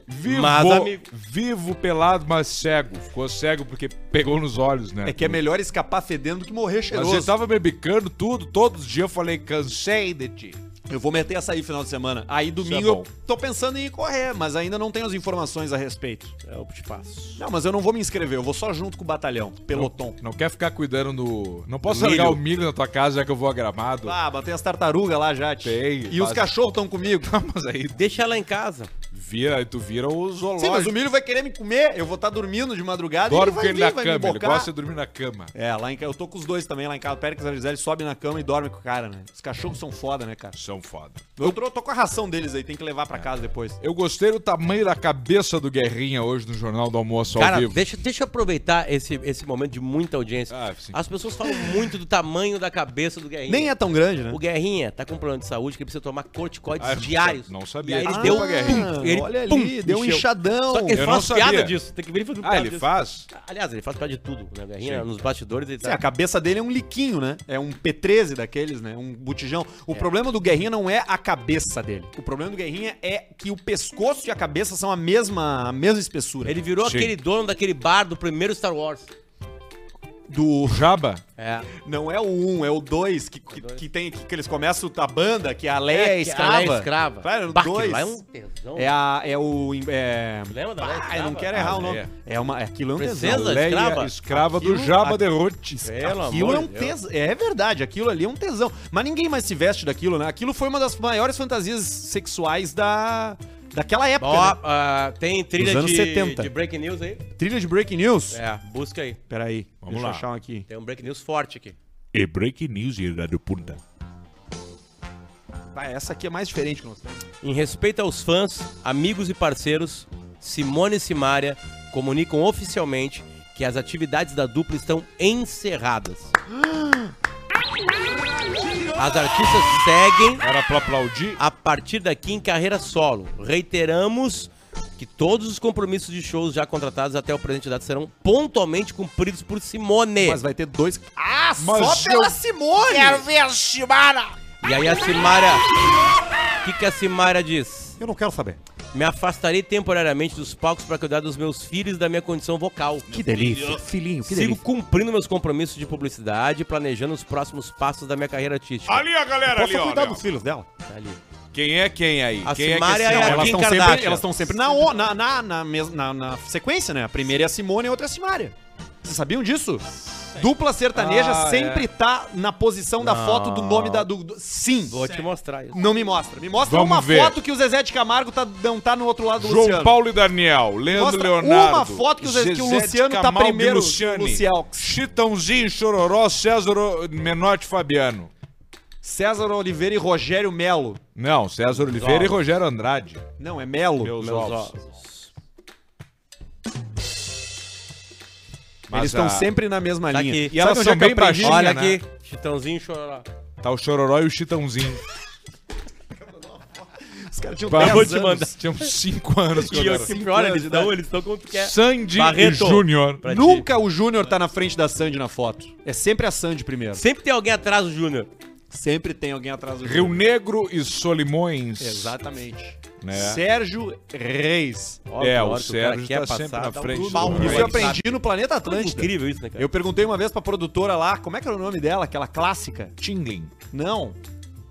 B: Vivo,
C: Mas amigo.
B: vivo, pelado, mas cego. Ficou cego porque pegou nos olhos, né?
A: É que é melhor escapar fedendo do que morrer
B: Mas ele
A: cheiroso.
B: tava me bicando tudo, todos os dias eu falei, cansei de ti.
A: Eu vou meter essa aí final de semana. Aí domingo
B: Isso é bom.
A: eu tô pensando em ir correr, mas ainda não tenho as informações a respeito.
C: É o te passo.
A: Não, mas eu não vou me inscrever, eu vou só junto com o batalhão, pelotão.
B: Não quer ficar cuidando do. Não posso
C: Do
B: largar
C: milho.
B: o milho na tua casa já que eu vou a gramado.
A: Ah, botei as tartarugas lá já, tio.
B: Tem,
A: E os
B: faz-
A: cachorros estão comigo.
B: Mas aí
C: Deixa ela em casa.
B: vira, aí tu vira o zoológico.
A: Sim, mas o milho vai querer me comer, eu vou estar dormindo de madrugada
B: Dorme
A: e
B: com
A: ele
B: ele
A: vai
B: na
A: vir, vai me
B: cama, ele
A: bocar.
B: gosta de dormir na cama.
A: É, lá em casa, eu tô com os dois também lá em casa. O Pérez e a Gisele sobem na cama e dormem com o cara, né? Os cachorros são foda, né, cara?
B: São foda.
A: Eu tô, tô com a ração deles aí, tem que levar pra casa depois.
B: Eu gostei do tamanho da cabeça do Guerrinha hoje no Jornal do Almoço ao
C: Cara,
B: vivo.
C: deixa, deixa eu aproveitar esse, esse momento de muita audiência.
B: Ah, sim.
C: As pessoas falam muito do tamanho da cabeça do Guerrinha.
A: Nem é tão grande, né?
C: O Guerrinha tá com um plano de saúde que ele precisa tomar corticoides
B: Ah, eu
C: diários.
B: não sabia.
C: E aí ele
B: Ah,
C: deu
B: pra
C: um pum, ele,
A: olha
C: pum,
A: ali, deu um
C: encheu.
A: enxadão.
C: Só que ele
B: Eu
C: faz
B: não sabia.
C: piada disso. Tem que ver ele fazendo
B: Ah,
C: piada
B: ele
C: disso.
B: faz?
C: Aliás, ele faz piada de tudo, né? O Guerrinha,
B: Sim.
C: nos bastidores, ele
A: Sim, a
C: tá...
A: cabeça dele é um liquinho, né? É um P13 daqueles, né? Um botijão. O problema do Guerrinha não é a cabeça dele. O problema do Guerrinha é que o pescoço e a cabeça são a mesma, a mesma espessura.
C: Ele virou
B: Sim.
C: aquele dono daquele bar do primeiro Star Wars.
A: do
B: Jaba?
C: É.
A: não é o 1, um, é o 2 que, que, que tem que, que eles começam a banda, que a Leia é,
C: que a
A: escrava.
C: Leia é escrava.
A: Claro, o
C: Bah, aquilo
A: dois.
C: lá é um tesão.
A: É a é o é
C: Lembra da Leia
A: Ah, eu não
C: escrava?
A: quero
B: A
A: errar o nome.
B: Leia.
A: É uma aquilo é um
C: Princesa?
A: tesão.
B: Leia,
C: escrava?
B: escrava,
A: Aquilo-
B: do Jaba
A: a-
B: de Rotes.
C: Pelo
A: Aquilo
C: amor
A: é um
C: de Deus.
A: tesão. É verdade, aquilo ali é um tesão. Mas ninguém mais se veste daquilo, né? Aquilo foi uma das maiores fantasias sexuais da daquela época.
C: Ó,
A: né?
C: ah, tem trilha
A: Dos anos
C: de,
A: 70.
C: de break news aí?
A: Trilha de Breaking News.
C: É, busca aí.
A: Peraí,
B: Vamos
A: deixa eu
B: lá.
A: achar um aqui.
C: Tem um break news forte aqui.
B: E break news da do punta.
A: Vai, essa aqui é mais diferente que nós temos.
C: Em respeito aos fãs, amigos e parceiros, Simone e Simária comunicam oficialmente que as atividades da dupla estão encerradas. As artistas seguem
B: Era pra aplaudir?
C: a partir daqui em carreira solo. Reiteramos que todos os compromissos de shows já contratados até o presente data serão pontualmente cumpridos por Simone.
A: É. Mas vai ter dois. Ah,
B: Mas
A: só pela
B: eu-
A: Simone!
C: E aí a Simária... O que, que a Simária diz?
A: Eu não quero saber.
C: Me afastarei temporariamente dos palcos para cuidar dos meus filhos e da minha condição vocal.
A: Que delícia. Filhinho, que
C: Sigo cumprindo meus compromissos de publicidade, e planejando os próximos passos da minha carreira artística.
E: Ali a galera ali,
A: Posso
E: ó.
A: cuidar
E: ali, ó.
A: dos filhos dela?
C: Tá ali.
B: Quem é quem aí?
C: A
B: quem
C: Simária
B: é
C: é
B: que
C: a
B: Elas
A: elas
C: Kim
B: tão
A: estão
C: Kardashian.
A: sempre, elas tão sempre na, o- na, na, na, mes- na- na sequência, né? A primeira é a Simone e a outra é a Simária. Vocês sabiam disso? Dupla sertaneja
B: Ah,
A: sempre tá na posição da
C: Não.
A: foto do nome da. Do, do- sim.
C: Vou te mostrar isso.
A: Não me mostra. Me mostra
B: Vamos
A: uma
B: ver.
A: foto que o Zezé de Camargo tá, não tá no outro lado do
B: João
A: Luciano.
B: Paulo e Daniel, Leandro
A: Mostra
B: Leonardo.
A: uma foto que o Zé- que o
B: Zezé de
A: Luciano tá
B: Camargo e
A: primeiro,
B: Luciane,
A: Lucielx.
B: Chitãozinho, Chororó, César O- Menotti e Fabiano.
A: César Oliveira e Rogério Melo.
B: Não, César Oliveira e Rogério Andrade.
A: Não, é Melo.
B: Meus,
C: Meus
B: ovos.
C: ovos.
B: Mas
A: Eles estão
B: a-
A: sempre na mesma
C: Tá
A: linha.
C: aqui.
B: E elas
A: onde
B: são
A: é que eu
B: bem pra
A: aprendi?
B: Tinha,
C: Olha
B: né?
C: aqui, Chitãozinho chororó.
B: Tá o Chororó e o Chitãozinho.
A: Os caras tinham
B: Pá,
A: 10
C: vou te
A: anos.
C: mandar.
B: Tinha uns 5 anos que
C: E
B: eu
C: eu,
B: era. assim.
C: que pior,
A: anos
C: eles
A: de
B: né?
C: estão,
A: idade.
C: eles estão um então, como é? tu quer.
B: Sandy e
C: Barreto.
B: Júnior.
C: Pra ti.
A: Nunca o Júnior tá na frente da Sandy na foto. É sempre a Sandy primeiro.
C: Sempre tem alguém atrás do Júnior.
A: Sempre tem alguém atrás do
B: Rio
A: Júnior.
B: Negro e Solimões.
A: Exatamente.
B: Né?
A: Sérgio Reis.
C: Ó,
B: É,
C: na
B: o
C: hora que cara
B: Sérgio
C: quer
B: tá sempre
C: passar,
B: na
C: dá um
B: frente
C: pulo.
B: do
A: Isso eu
B: Reis.
A: aprendi no Planeta
C: Coisa
A: Atlântico.
C: incrível isso, né, cara?
A: Eu perguntei uma vez pra produtora lá, como é que era o nome dela, aquela clássica?
B: Tingling.
A: Não.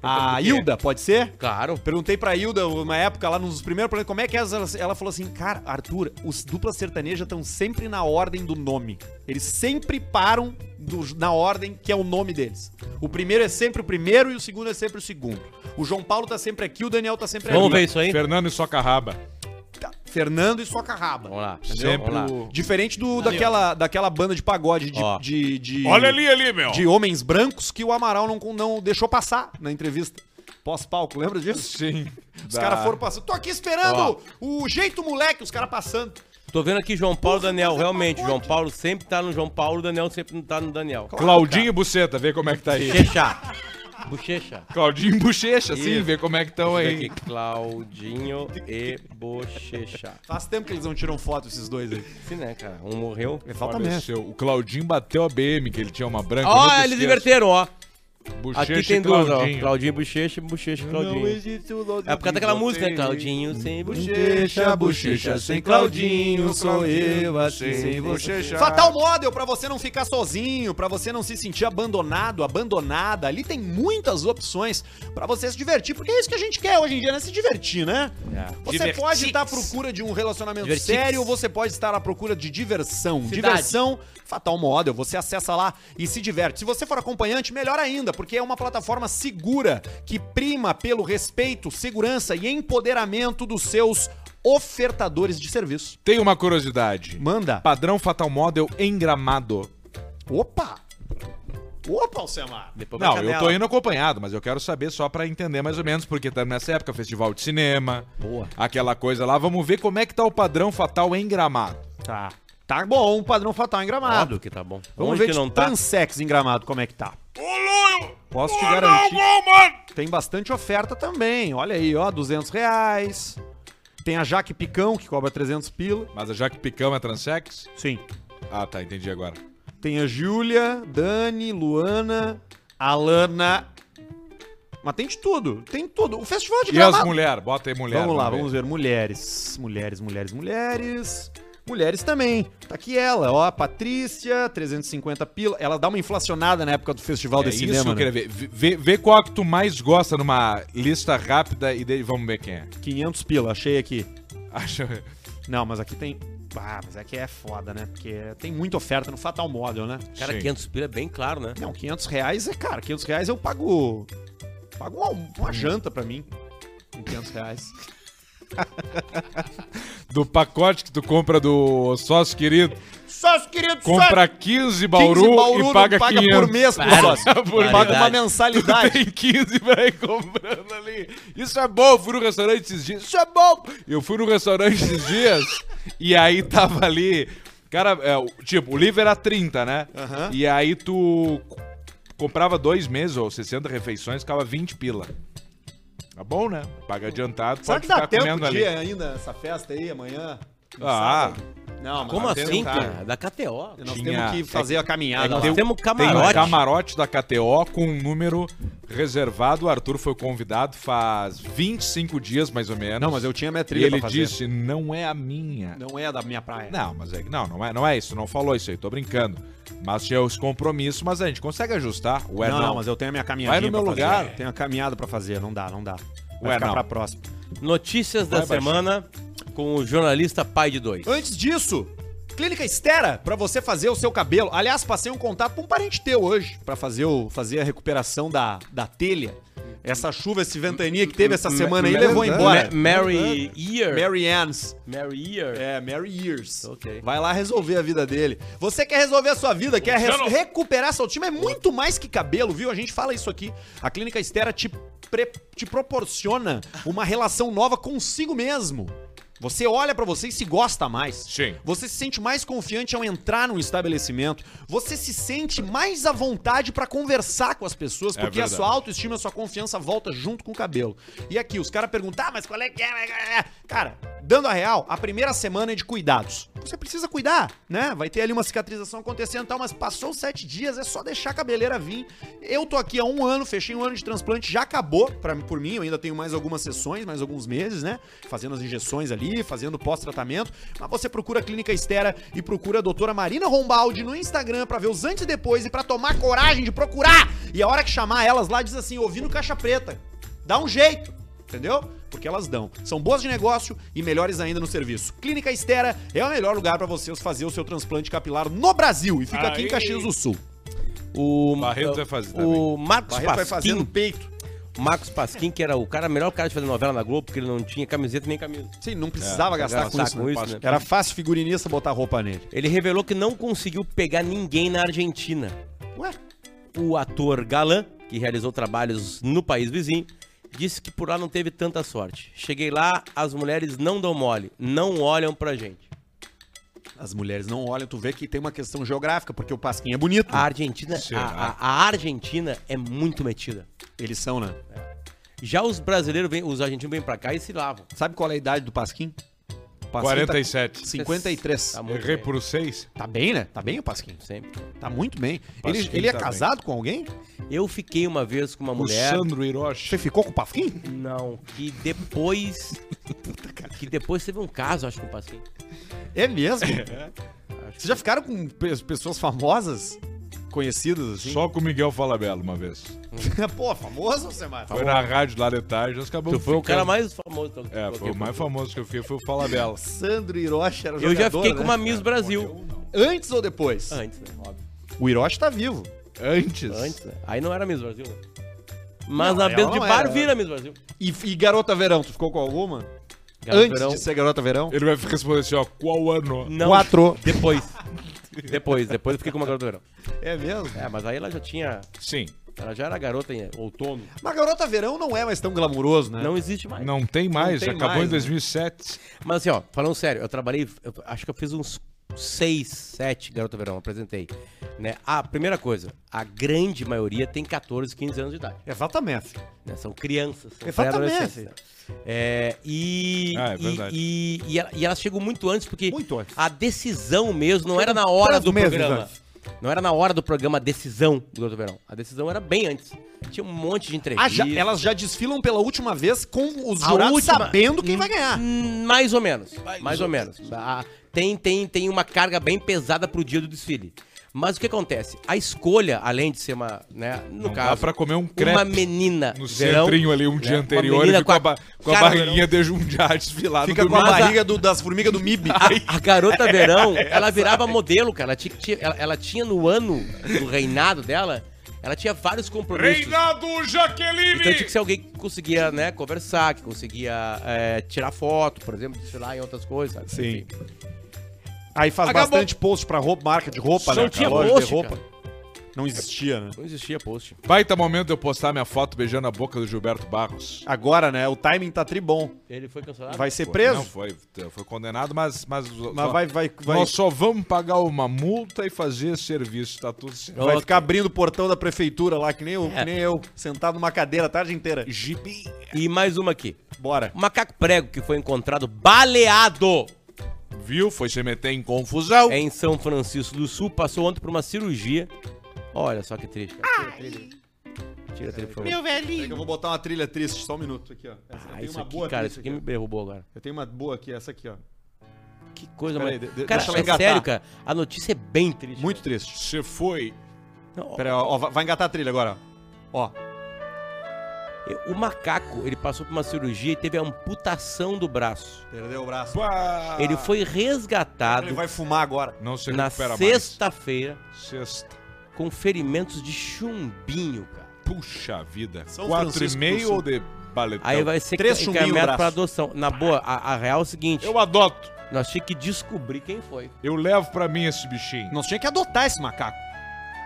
A: A
C: quê?
A: Hilda, pode ser?
C: Claro.
A: Perguntei pra Hilda, uma época, lá nos primeiros programas, como é que é? Ela, ela falou assim, cara, Arthur, os duplas sertanejas estão sempre na ordem do nome. Eles sempre param do- na ordem que é o nome deles. O primeiro é sempre o primeiro e o segundo é sempre o segundo. O João Paulo tá sempre aqui, o Daniel tá sempre
C: Vamos
A: ali.
C: ver isso aí?
B: Fernando e Socarraba.
A: Tá, Fernando e Socarraba.
C: Vamos lá.
B: Sempre
C: Vamos lá.
B: o-
A: Diferente do, daquela, daquela banda de pagode de,
C: Ó.
A: de- de-
E: Olha ali, ali, meu.
A: de homens brancos que o Amaral não, não deixou passar na entrevista. Pós-palco, lembra disso?
B: Sim.
A: Os caras foram passando. Tô aqui esperando o jeito moleque, os caras passando.
C: Tô vendo aqui João Paulo e Daniel, realmente. João Paulo sempre tá no João Paulo, Daniel sempre não tá no Daniel.
B: Claudinho e Buceta, vê como é que tá aí.
C: Bochecha. Bochecha.
B: Claudinho e Bochecha, sim,
C: Isso.
B: vê como é que estão
C: Aqui,
B: aí.
C: Claudinho e Bochecha.
A: Faz tempo que eles não tiram foto, esses dois aí. É,
C: Sim, né, cara? Um morreu.
A: Falta mesmo.
B: Faleceu. O Claudinho bateu a BM, que ele tinha uma branca.
C: Ó,
B: nunca
C: eles
B: esqueço.
C: inverteram, ó.
B: Bochecha
C: Aqui tem
B: e
C: duas, ó.
B: Claudinho.
C: Claudinho e Bochecha, Bochecha e Claudinho. É por causa daquela música, né? Claudinho sem
B: Bochecha,
C: Bochecha,
B: bochecha,
C: Bochecha
B: sem
C: sem
B: Claudinho,
C: Claudinho,
B: sou
C: sou
B: eu
C: eu
B: assim,
C: assim,
B: sem bochecha.
A: Fatal Model, pra você não ficar sozinho, pra você não se sentir abandonado, abandonada. Ali tem muitas opções pra você se divertir, porque é isso que a gente quer hoje em dia, né? Se divertir, né? Você
B: Divertix.
A: pode estar à procura de um relacionamento
C: Divertix.
A: sério ou você pode estar à procura de diversão.
C: Cidade.
A: Diversão, Fatal Model, você acessa lá e se diverte. Se você for acompanhante, melhor ainda, porque é uma plataforma segura que prima pelo respeito, segurança e empoderamento dos seus ofertadores de serviço.
B: Tem uma curiosidade.
A: Manda.
B: Padrão Fatal Model em Gramado.
A: Opa! Opa, Alcemar!
C: Depois
B: Não,
C: vai
B: eu
C: canela.
B: tô indo acompanhado, mas eu quero saber só pra entender mais ou menos, porque tá nessa época festival de cinema,
A: Boa.
B: aquela coisa lá. Vamos ver como é que tá o padrão fatal em Gramado.
A: Tá. Tá bom, o padrão fatal em gramado.
C: Óbvio que tá bom.
A: Vamos
C: Onde
A: ver
C: que
A: de
C: não tá?
A: transex em gramado como é que tá.
E: Ô, Loio!
B: Posso te
E: Ô,
B: garantir.
E: Não, bom, mano!
A: Tem bastante oferta também. Olha aí, ó, 200 reais. Tem a Jaque Picão, que cobra 300 pila.
B: Mas a Jaque Picão é transex?
A: Sim.
B: Ah, tá, entendi agora.
A: Tem a Júlia, Dani, Luana, Alana. Mas tem de tudo, tem tudo. O festival de
B: E as
A: gramado.
B: mulheres? Bota aí mulher.
A: Vamos lá, vamos ver. Mulheres. Mulheres, mulheres, mulheres. Mulheres também. Tá aqui ela, ó, a Patrícia, 350 pila. Ela dá uma inflacionada na época do festival
B: É
A: de
B: isso
A: cinema.
B: que eu
A: né?
B: queria ver. Vê, vê- vê qual que tu mais gosta numa lista rápida e daí vamos ver quem é.
A: 500 pila, achei aqui.
B: Acho...
A: Não, mas aqui tem. Ah, mas aqui é foda, né? Porque tem muita oferta no Fatal Model, né?
C: Cara,
B: Sim.
C: 500 pila é bem claro, né?
A: Não, 500 reais é cara. 500 reais eu pago. Pago uma, uma janta pra mim. Com 500 reais.
B: Do pacote que tu compra do sócio querido,
A: Sócio querido,
B: compra 15 Bauru,
A: 15
B: e
A: não
B: paga,
A: paga
B: 500.
A: por mês pro
C: Para,
A: sócio.
C: barbaridade.
A: Paga uma mensalidade.
B: Tem 15 vai comprando ali. Isso é bom, eu fui no restaurante esses dias. Isso é bom. Eu fui no restaurante esses dias e aí tava ali. Cara, é, o- tipo, o livro era 30, né?
A: Aham.
B: E aí tu c- comprava dois meses ou 60 refeições, ficava 20 pila. Tá bom, né? Paga adiantado,
A: Será
B: pode
A: que
B: ficar
A: dá tempo
B: comendo
A: de
B: ali.
A: ir ainda essa festa aí amanhã? No
B: Ah,
A: sábado? Não, mas
C: Como
A: nós
C: assim,
A: temos-
C: cara? Da KTO.
A: Nós
B: Tinha- é
A: temos que fazer a caminhada.
C: Nós
A: lá.
C: temos
B: Tem um
C: camarote.
B: camarote da KTO com um número reservado. O Arthur foi convidado faz 25 dias, mais ou menos.
A: Não, mas eu tinha minha
B: E
A: trilha
B: ele
A: pra fazer.
B: disse, não é a minha.
A: Não é da minha praia.
B: Não, mas é, não, não é, não é isso, não falou isso aí, tô brincando. Mas tinha os compromissos, mas a gente consegue ajustar. O é
A: não,
B: não,
A: não, mas eu tenho a minha caminhada.
B: Vai no meu lugar.
A: Tenho a caminhada pra fazer. Não dá, não dá. Vai
B: Ué,
A: ficar
B: não.
A: pra próxima.
C: Notícias da
B: Vai, baixinho.
C: semana com o jornalista pai de dois.
A: Antes disso, Clínica Estera, pra você fazer o seu cabelo. Aliás, passei um contato pra um parente teu hoje, pra fazer, o, fazer a recuperação da, da telha. Essa chuva, esse ventania que teve essa semana aí, levou embora.
C: Ma- Mary Ear.
A: Mary Ann's.
C: Mary Ear.
A: É, Mary Years.
C: Ok.
A: Vai lá resolver a vida dele. Você quer resolver a sua vida, quer res-
E: Luciano.
A: recuperar seu time, é muito mais que cabelo, viu? A gente fala isso aqui. A Clínica Estera te, pre- te proporciona uma relação nova consigo mesmo. Você olha pra você e se gosta mais.
B: Sim.
A: Você se sente mais confiante ao entrar num estabelecimento. Você se sente mais à vontade pra conversar com as pessoas,
B: É
A: porque a
B: verdade.
A: sua autoestima, a sua confiança volta junto com o cabelo. E aqui, os caras perguntam, ah, mas qual é que é? Cara, dando a real, a primeira semana é de cuidados. Você precisa cuidar, né? Vai ter ali uma cicatrização acontecendo e tal, mas passou os sete dias, é só deixar a cabeleira vir. Eu tô aqui há um ano, fechei um ano de transplante, já acabou pra, por mim, eu ainda tenho mais algumas sessões, mais alguns meses, né? Fazendo as injeções ali, fazendo pós-tratamento. Mas você procura a Clínica Estera e procura a doutora Marina Rombaldi no Instagram pra ver os antes e depois e pra tomar coragem de procurar. E a hora que chamar elas lá, diz assim, ouvindo caixa preta. Dá um jeito, entendeu? Porque elas dão. São boas de negócio e melhores ainda no serviço. Clínica Estera é o melhor lugar pra você fazer o seu transplante capilar no Brasil. E fica aqui em
E: Aí.
A: Caxias do Sul.
C: O
B: Barreto vai fazer
C: O Marcos
A: Barreto vai fazer no
C: Pasquim.
A: peito.
C: Marcos Pasquim, que era o cara, o melhor cara de fazer novela na Globo, porque ele não tinha camiseta nem camisa.
A: Sim, não precisava gastar com
C: gastar
A: isso,
C: com
A: né?
C: isso, né?
A: Era fácil figurinista botar roupa nele.
C: Ele revelou que não conseguiu pegar ninguém na Argentina.
A: Ué?
C: O ator Galã, que realizou trabalhos no país vizinho, disse que por lá não teve tanta sorte. Cheguei lá, as mulheres não dão mole, não olham pra gente.
A: As mulheres não olham, tu vê que tem uma questão geográfica, porque o Pasquim é bonito.
C: A Argentina, a, a- a Argentina é muito metida.
A: Eles são, né?
C: Já os brasileiros, vêm, os argentinos vêm pra cá e se lavam.
A: Sabe qual é a idade do Pasquim? O Pasquim
B: 47.
A: Tá 53.
C: Tá muito
B: Errei
C: bem.
B: por 6.
A: Tá bem, né? Tá bem o Pasquim.
C: Sempre.
A: Tá muito bem.
B: Pasquim
A: Ele, ele é
B: tá bem.
A: casado com alguém?
C: Eu fiquei uma vez com uma
B: O
C: mulher.
B: Sandro Hiroshi.
A: Você ficou com o Pasquim?
C: Não, que depois. que depois teve um caso, acho, com o Pasquim.
A: É mesmo? Vocês já ficaram com pe- pessoas famosas? Conhecidas assim?
B: Só com o Miguel Falabella uma vez.
A: Pô, famoso, Semar?
B: Foi na rádio lá de tarde, nós acabamos
C: Tu foi o
B: ficando.
C: cara mais famoso. que eu-
B: É,
C: que
B: foi
C: eu-
B: o mais famoso que eu fiz foi o Falabella.
A: Sandro Hiroshi era
C: Eu
A: jogador,
C: já fiquei
A: né?
C: com uma Miss Brasil.
A: Antes ou depois?
C: Antes, né? Óbvio.
A: O Hiroshi tá vivo.
B: Antes.
C: Antes, né? Aí não era Miss Brasil, né? Mas na
A: ela
C: mesa de
A: não
C: bar
A: era.
C: vira Miss Brasil.
A: E, e Garota Verão, tu ficou com alguma?
C: Garoto
A: Antes
C: Verão,
A: de ser Garota Verão?
B: Ele vai responder assim, ó, qual ano?
C: Não.
A: Quatro.
C: Depois. depois, depois eu fiquei com uma garota verão.
A: É mesmo?
C: É, mas aí ela já tinha.
B: Sim,
C: Ela já era garota em outono.
A: Mas Garota Verão não é mais tão glamuroso, né?
C: Não existe mais.
B: não tem mais,
A: tem
B: acabou
A: mais,
B: em
A: né?
B: 2007.
C: Mas assim, ó, falando sério, eu trabalhei, eu acho que eu fiz uns 6, 7 Garota Verão, apresentei. Né? A primeira coisa, a grande maioria tem 14, 15 anos de idade.
A: Exatamente.
C: né? São crianças, são
A: Exatamente.
C: pré-adolescentes, né? É, e,
B: Ah, é
C: e-
B: verdade.
C: e, e, ela- e elas chegam muito antes, porque
A: Muito antes.
C: a decisão mesmo não era na hora
A: três
C: do
A: meses
C: programa.
A: antes.
C: Não era na hora do programa a decisão do Garota Verão. A decisão era bem antes. Tinha um monte de
A: Ah,
C: entrevistas.
A: já- elas já desfilam pela última vez com os
C: A
A: jurados
C: última-
A: sabendo quem vai ganhar.
C: Hum, Mais ou menos. Mais, ou menos. Ah, tem, tem, tem uma carga bem pesada pro dia do desfile. Mas o que acontece? A escolha, além de ser uma, né, no
B: Não
C: caso,
B: dá pra comer um
C: uma
B: crepe
C: menina
B: no
C: verão,
B: centrinho ali um
C: né,
B: dia
C: uma
B: anterior e
C: menina
B: fica com a, ba- com a
C: cara
B: barriguinha de Jundiaí desfilada.
A: Fica com a
B: dormindo.
C: Mas a-
A: barriga do- das formigas do MIB.
C: A, a garota verão,
B: É,
C: ela virava modelo, cara. Ela tinha, tinha- ela, ela tinha no ano do reinado dela, ela tinha vários compromissos.
E: Reinaldo Jaqueline!
C: Então tinha que ser alguém que conseguia, né, conversar, que conseguia é, tirar foto, por exemplo, desfilar em outras coisas. sabe?
A: Sim. Aí faz
C: Acabou.
A: bastante post pra roupa, marca de roupa,
C: Não
A: né?
C: tinha
A: Pra loja
C: post,
A: de roupa. Não existia, né?
C: Não existia post.
B: Baita momento de eu postar minha foto beijando a boca do Gilberto Barros.
A: Agora, né? O timing tá tribom.
C: Ele foi cancelado.
A: Vai ser
B: Pô,
A: preso,
B: Não, foi, foi condenado, mas... Mas,
A: mas vai, vai, vai,
B: Nós só vamos pagar uma multa e fazer serviço, tá tudo certo.
A: vai ficar abrindo o portão da prefeitura lá, que nem eu, que nem eu sentado numa cadeira a tarde inteira.
B: Gibi.
C: E mais uma aqui.
A: Bora.
C: O macaco prego que foi encontrado baleado
B: Viu? Foi se meter em confusão.
A: É
C: em São Francisco do Sul passou ontem por uma cirurgia. Olha só que triste, cara. Tira a trilha. Tira a trilha, por favor.
A: Peraí que eu vou botar uma trilha triste, só um minuto aqui, ó. Essa- eu
C: Ah,
A: tenho
C: isso
A: uma
C: aqui,
A: boa
C: cara, isso
A: triste
C: aqui me derrubou agora.
A: Eu tenho uma boa aqui, essa aqui, ó.
C: Que coisa
A: Peraí,
C: mais.
A: de- de-
C: cara,
A: deixa eu
C: é
A: engatar.
C: sério, cara. A notícia é bem triste.
A: Muito triste.
B: Você foi.
C: Não, ó,
A: Pera aí, ó, ó, vai vai engatar a trilha agora, ó. Ó.
C: Eu- O macaco, ele passou por uma cirurgia e teve a amputação do braço.
A: Perdeu o braço.
B: Pá.
A: Ah.
C: Ele foi resgatado
A: Ele vai fumar agora.
B: Não se
C: na
B: recupera
C: sexta-feira
B: mais. Sexta.
C: com ferimentos de chumbinho, cara.
B: Puxa vida.
A: São
B: Quatro e
A: Francisco do
B: meio
A: Sul.
B: ou de baletão?
C: Aí vai ser
A: três chumbinho no
C: encaminhado
A: braço.
C: pra adoção. Na boa, a, a real é o seguinte,
B: Eu adoto.
C: nós tínhamos que descobrir quem foi.
B: Eu levo pra mim esse bichinho.
A: Nós tinha que adotar esse macaco.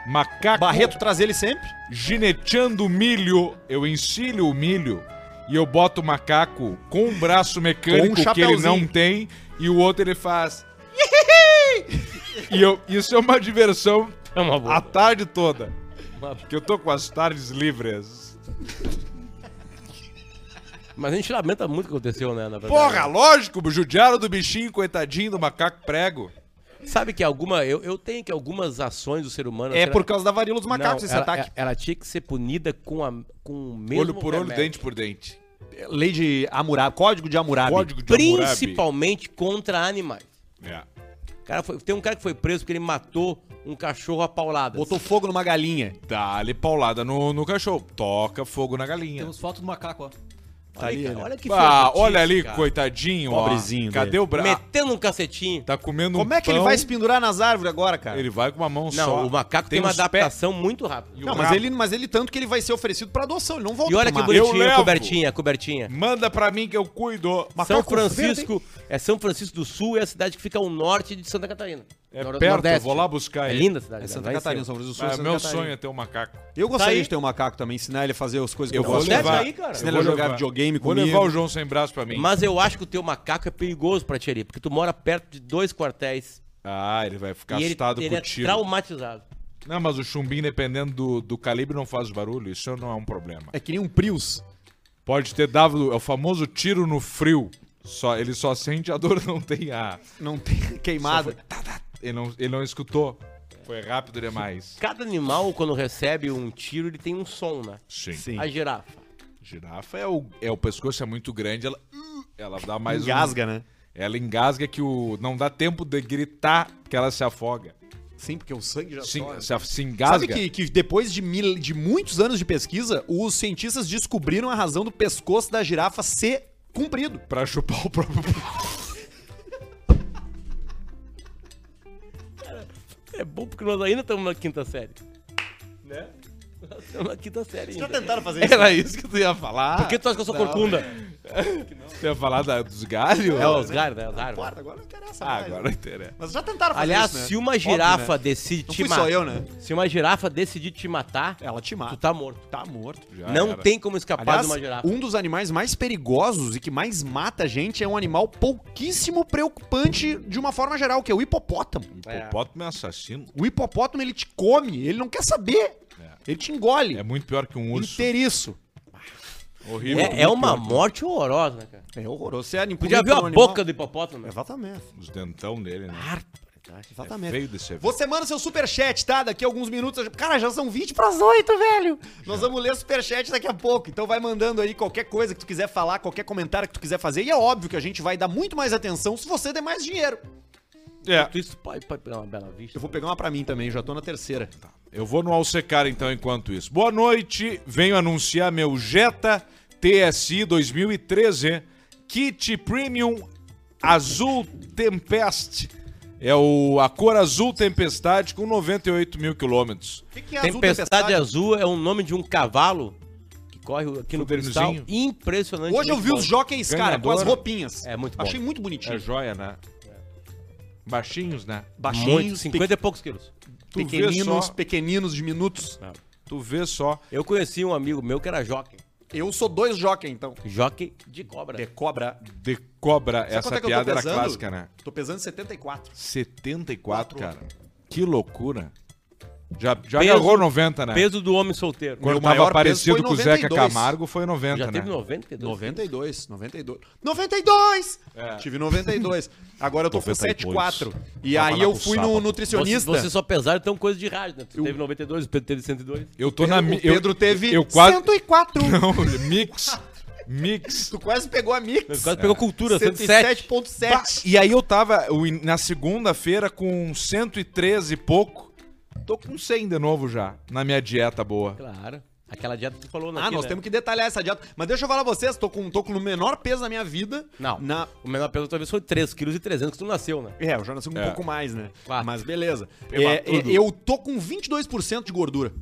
B: Macaco
A: Barreto traz ele sempre.
B: gineteando milho. Eu ensilho o milho e eu boto o macaco com um braço mecânico
A: Com um
B: que ele não
A: chapeuzinho.
B: tem e o outro ele faz... e eu, isso é uma diversão
C: É uma
B: a tarde toda. Que eu tô com as tardes livres.
C: Mas a gente lamenta muito o que aconteceu, né, na verdade.
B: Porra, lógico, judiaram do bichinho, coitadinho do macaco prego.
C: Sabe que alguma... Eu, eu tenho que algumas ações do ser humano...
A: É
C: será-
A: por causa da varíola dos macacos
C: Não,
A: esse
C: ela,
A: ataque.
C: Ela, ela tinha que ser punida com, a, com o mesmo
B: olho por olho,
C: remédio.
B: dente por dente.
A: é, Lei de Hammurabi, Código de Hammurabi.
B: Código de Hammurabi.
C: Principalmente contra animais.
B: É.
C: Cara foi- tem um cara que foi preso porque ele matou um cachorro a pauladas.
A: Botou fogo numa galinha.
B: Dá-lhe paulada no, no cachorro. Toca fogo na galinha.
F: Temos foto do macaco, ó.
C: Olha, aí, cara, olha que
B: Ah,
C: fofo
B: olha
C: disso,
B: ali,
C: cara.
B: coitadinho, ó.
A: Pobrezinho
B: Cadê
A: dele.
B: o braço?
C: Metendo um cacetinho.
B: Tá comendo
A: Como
B: um
A: é que ele
B: pão,
A: vai se pendurar nas árvores agora, cara?
B: Ele vai com uma mão
C: Não,
B: só.
C: o macaco tem, uma
B: os pés-
C: adaptação muito rápida.
B: E o
A: Não, mas
B: rabo.
A: ele, mas ele tanto que ele vai ser oferecido pra adoção, ele não volta
C: E olha
A: pro
C: que
A: mar.
B: Eu
C: bonitinho,
B: levo.
C: a cobertinha, a cobertinha.
B: Manda pra mim que eu cuido.
C: São
A: Macaco
C: Francisco, é São Francisco do Sul, é a cidade que fica ao norte de Santa Catarina.
B: É
C: Nor-
B: perto,
C: Nordeste.
B: vou lá buscar
C: É
B: ele.
C: linda a cidade.
A: É
C: né?
A: Santa
C: Lá em
A: Catarina,
C: cima.
A: São Francisco do Sul. é
B: Ah,
A: Santa
B: meu
A: Catarina.
B: sonho é ter um macaco.
A: Eu gostaria
C: Tá aí.
A: de ter um macaco também, ensinar ele a fazer as coisas que
B: Eu
A: eu,
B: vou
A: gosto.
C: Deve
B: levar.
C: aí, cara.
B: Eu
A: Senão
B: vou
A: ele jogava
B: levar.
A: videogame
B: Vou
A: comigo.
B: levar o João sem braço pra mim.
C: Mas eu acho que o teu macaco é perigoso pra ti ali, porque tu mora perto de dois quartéis
B: Ah, ele vai ficar
C: e ele,
B: assustado
C: ele
B: com
C: é
B: o tiro.
C: traumatizado.
B: Não, mas o chumbinho, dependendo do, do calibre, não faz barulho. Isso não é um problema.
A: É que nem um Prius.
B: Pode ter dado é o famoso tiro no frio. Só, ele só sente a dor, não tem a.
A: Não tem queimada.
B: Ele não, ele não escutou. Foi rápido demais.
C: Cada animal, quando recebe um tiro, ele tem um som, né?
B: Sim.
A: Sim.
C: A girafa.
B: Girafa é o, é o pescoço é muito grande, ela, ela dá mais um-
A: Engasga, né?
B: ela engasga que o não dá tempo de gritar que ela se afoga.
A: Sim, porque o sangue já
B: Se,
A: sobe.
B: se, se
A: Sabe
B: engasga.
A: que, que depois de, mil- de muitos anos de pesquisa, os cientistas descobriram a razão do pescoço da girafa ser comprido.
B: Pra chupar o próprio.
C: É bom porque nós ainda estamos na quinta série. Né? Nós estamos na quinta série ainda.
A: tentaram fazer
B: Era isso que tu ia falar.
C: Por que tu acha que eu sou corcunda?
B: Tu ia falar da- dos galhos?
C: É, os galhos, né? As árvores.
A: Agora, agora não interessa
B: Ah,
A: mais.
B: agora interessa.
A: Mas já tentaram fazer
C: Aliás,
A: isso, né?
C: se uma girafa
A: Óbvio, né?
C: decidir
A: Não
C: te
A: fui
C: matar.
A: só eu, né?
C: Se uma girafa decidir te matar,
A: Ela te
C: tu
A: mata.
C: tá morto.
A: Tá morto.
B: Já
C: Não
B: era.
C: tem como escapar
A: Aliás,
C: de uma girafa.
A: um dos animais mais perigosos e que mais mata a gente é um animal pouquíssimo preocupante de uma forma geral, que é o hipopótamo.
B: Hipopótamo é assassino.
A: O hipopótamo, ele te come, ele não quer saber.
B: É.
A: Ele te engole.
B: É muito pior que um urso.
A: Inteiriço.
B: Horrível.
C: É, é uma morte horrorosa, né, cara?
A: É horroroso. Você é
C: Tu já viu a boca do hipopótamo? né?
A: Exatamente.
C: um-
B: Os dentão dele,
C: Ah,
B: né?
C: tá
A: Exatamente.
B: Veio de ser.
A: Você manda seu superchat, tá? Daqui a alguns minutos. Cara, já são 20 pras 8, velho. Nós vamos ler superchat daqui a pouco. Então vai mandando aí qualquer coisa que tu quiser falar, qualquer comentário que tu quiser fazer. E é óbvio que a gente vai dar muito mais atenção se você der mais dinheiro.
B: É.
C: Tu isso pode, pode pegar uma bela vista.
A: Eu vou pegar uma pra mim também, já tô na terceira.
B: Eu vou no Alsecar então enquanto isso. Boa noite, venho anunciar meu Jetta TSI 2013 Kit Premium Azul Tempest. É o, a cor azul tempestade com 98 mil quilômetros.
A: O que, que é
C: Tempestade Azul é o nome de um cavalo que corre aqui no cristal.
B: Modernozinho.
C: Impressionante. é
A: Hoje eu vi
C: Muito
A: os
C: bom.
A: jockeys, cara, com
B: Ganhador.
A: as roupinhas.
C: É muito bom.
A: Achei muito bonitinho.
B: joia, né? Baixinhos, né?
C: Muito,
A: Baixinhos,
C: 50 e poucos quilos.
A: pe-
B: Tu vê
A: pequeninos,
B: só.
A: pequeninos, diminutos.
B: Tu vê só.
C: Eu conheci um amigo meu que era jockey.
A: Eu sou dois jockey, então.
C: Jockey de cobra.
A: De cobra.
B: De cobra,
A: quanto
B: essa
A: é que eu tô
B: piada era
A: pesando?
B: clássica, né?
A: Tô pesando 74.
B: 74, cara. Que loucura. Já, já
C: Peso-
B: agarrou 90, né?
C: Peso do homem solteiro.
B: Quando
A: Meu
B: tava
A: maior peso
B: parecido
A: foi
B: com o Zeca
A: 92.
B: Camargo, foi 90,
C: Já
B: né?
C: teve 92.
A: 92, 92. 92!
B: É.
A: Tive 92. Agora eu tô
B: 92.
A: com 74. E
B: Tava
A: aí
B: lá
A: eu
B: com
A: fui
B: sábado.
A: no
C: Você,
A: nutricionista.
C: você só pesaram então coisa de rádio, né? Tu
A: Eu-
C: teve 92, o Pedro teve 102.
B: Eu tô na... mi-
A: O Pedro
B: eu,
A: teve
B: Eu quase...
A: 104.
B: Não, mix. Mix.
A: Tu quase pegou a mix. É.
C: Quase pegou cultura, 107.
A: 107.7.
B: E aí eu tava o in- na segunda-feira com 113 e pouco. Tô com 100 de novo já, na minha dieta boa.
C: Claro. Aquela dieta que tu falou né,
A: Ah,
B: né?
A: nós temos que detalhar essa dieta. Mas deixa eu falar pra vocês, tô com, tô com o menor peso da minha vida.
C: Não.
A: Na,
C: O menor peso talvez foi 3,3 kg que tu nasceu, né?
A: É, eu já nasci com um
B: É.
A: pouco mais, né?
C: Quatro.
A: Mas beleza. É,
B: Prematudo.
A: é, eu tô com 22% de gordura.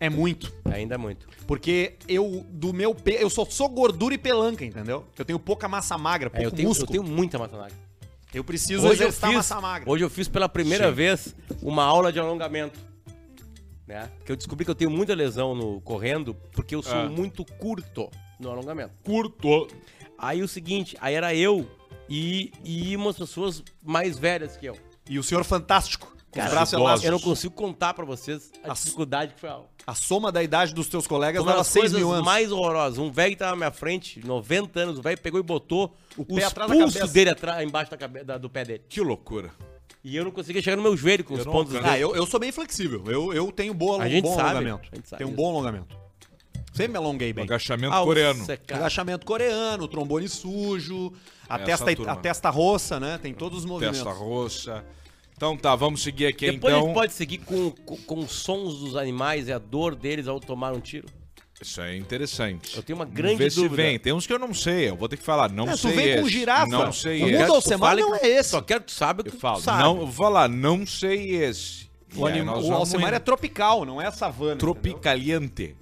A: É muito.
C: Ainda é muito.
A: Porque eu, do meu pe... eu só sou gordura e pelanca, entendeu? Eu tenho pouca massa magra,
C: É,
A: pouco
C: eu, tenho, eu
A: músculo. Eu,
C: tenho muita massa magra.
A: preciso exercitar massa magra.
C: hoje eu fiz pela primeira vez uma aula de alongamento. Né? Que eu descobri que eu tenho muita lesão no correndo, porque eu sou
B: Ah.
C: muito curto no alongamento.
B: Curto.
A: Ah.
C: Aí o seguinte, aí era eu e, e umas pessoas mais velhas que eu.
A: E o senhor fantástico. Com os
C: Cara,
A: braços
B: idosos.
A: elásticos.
C: Eu não consigo contar pra vocês a
A: As-
C: dificuldade que foi a aula.
A: A soma da idade dos teus colegas
C: Uma
A: dava
C: das
A: 6
C: coisas
A: mil anos.
C: mais horrorosas. Um velho que tava na minha frente, 90 anos, o velho pegou e botou o
A: pé atrás da cabeça.
C: dele atrás, embaixo da cabe- da- do pé dele.
B: Que loucura.
C: E eu não conseguia chegar no meu joelho com os
B: não
C: pontos
B: alcanço.
A: Ah,
C: dele.
A: eu, eu sou bem flexível. Eu, eu tenho boa,
C: A
A: um
C: gente
A: bom
C: sabe,
A: alongamento.
C: a gente sabe
A: tenho um
C: disso.
A: bom alongamento. Sempre me alonguei bem. É,
B: Agachamento
C: Ah, o
B: coreano.
C: seca-
A: Agachamento coreano, trombone sujo, a
B: Essa
A: testa,
B: turma.
A: a testa roça, né? Tem todos os movimentos.
B: Testa roxa. Então tá, vamos seguir aqui
C: Depois a
B: então.
C: gente pode seguir com, com, com os sons dos animais e a dor deles ao tomar um tiro.
A: Ah,
B: Isso é interessante.
C: Eu tenho uma grande
B: Vê se
C: dúvida.
B: vem. Tem uns que eu não sei, eu vou ter que falar. Não
A: É, tu
B: sei
A: vem com
B: esse.
A: girafa.
B: Não sei
A: O
B: esse.
A: mundo
C: Quero que
A: ao
C: tu
A: semana
C: fale
A: não
C: que-
A: é esse.
C: Só quero que tu saiba o que
B: Eu
C: tu
B: falo,
C: sabe.
B: não, eu vou falar, não sei esse.
A: O,
B: E aí
A: anima,
B: nós
A: o
B: vamos
A: Alcemar
B: indo.
A: é tropical, não é savana. entendeu?
B: Tropicaliente.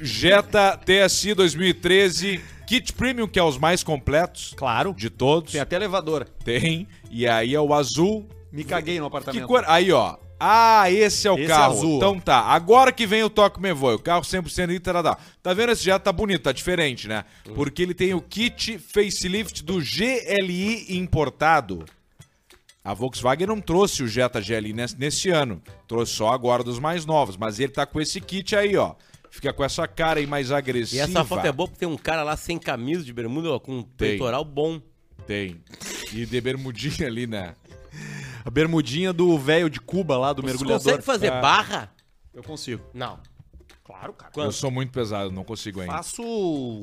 B: Jetta TSI 2013, kit premium que é os mais completos
A: Claro.
B: de todos.
A: Tem até elevadora.
B: Tem. E aí é o azul.
A: Me caguei no
B: Que
A: apartamento.
B: cor? Aí, ó. Ah, esse é o
A: Esse é
B: carro.
A: azul, ó.
B: Então tá. Agora que vem o Toque Me Voe, o carro 100% Itaradá. Tá vendo esse já tá bonito, tá diferente, né?
C: Uhum.
B: Porque ele tem o kit facelift do GLI importado. A Volkswagen não trouxe o Jetta GLI nesse, nesse ano. Trouxe só agora dos mais novos. Mas ele tá com esse kit aí, ó. Fica com essa cara aí mais
C: E
B: agressiva.
C: essa foto é boa porque tem um cara lá sem camisa de bermuda, ó, com um peitoral bom.
B: Tem. E de bermudinha ali, né?
A: A bermudinha do velho de Cuba lá, do
C: Tu
A: mergulhador. É.
C: consegue fazer barra?
A: Eu consigo.
C: Não.
A: Claro, cara.
B: Eu sou muito pesado, não consigo ainda.
A: Faço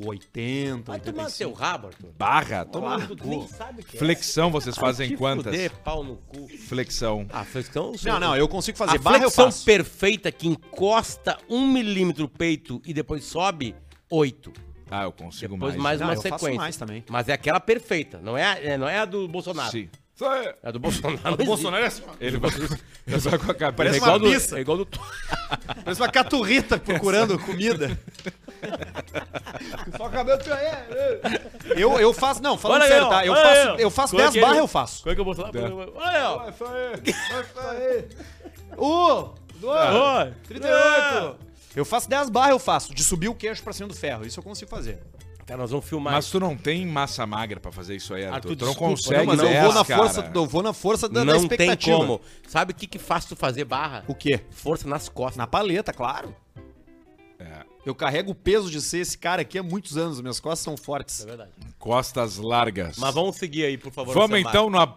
A: 80,
C: Vai tomar
A: 85.
C: seu rabo, Arthur.
B: Barra, toma
C: Tomar
B: no
C: tu
B: cu.
C: nem sabe o que é.
B: Flexão vocês fazem
C: Te
B: quantas?
C: Fuder, pau no cu.
B: Flexão.
C: Ah, flexão...
A: Não, não, eu consigo
C: A
A: fazer. Barra eu
C: flexão
A: faço.
C: perfeita que encosta um milímetro o peito e depois sobe, oito.
B: Ah, eu consigo
C: Depois
B: mais.
C: mais,
A: Não,
C: uma
A: eu faço
C: sequência.
A: mais também.
C: Mas é aquela perfeita, não é, a- é- não é a do Bolsonaro.
B: Sim.
C: É a do Bolsonaro.
E: O
C: não
E: Bolsonaro é assim, ó.
B: Ele vai, ele vai com a cabeça.
A: Parece
C: existe. é
A: uma
C: igual, do,
A: pizza.
C: é igual do...
A: Parece uma caturrita procurando comida. Só cabelo eu, eu faço, não, falando
C: Olha aí,
A: sério,
C: ó,
A: tá? Eu
C: olha
A: faço,
C: aí, ó.
A: eu faço
C: Qual é
A: 10
C: que é
A: barras,
C: ele?
A: eu faço.
C: Como é que eu vou falar? Olha aí, ó.
A: Um, dois,
C: Oi.
A: 38. Eu faço 10 barras, eu faço. De subir o queixo pra cima do ferro. Isso eu consigo fazer.
C: É. Cara, nós vamos filmar.
B: Mas tu não tem massa magra pra fazer isso aí, Arthur.
C: Arthur,
B: tu não
C: desculpa,
B: consegue,
C: não, mas eu
B: dez,
A: vou na
B: cara.
A: força, eu vou na força da, da
C: não tem
A: expectativa.
C: como. Sabe o que que faz tu fazer barra?
A: O quê?
C: Força nas costas.
A: Na paleta, claro.
B: É,
A: Eu carrego o peso de ser esse cara aqui há muitos anos. Minhas costas são fortes.
C: É verdade.
B: costas largas.
C: Mas vamos seguir aí, por favor.
B: Vamos
C: Alcemar.
B: então na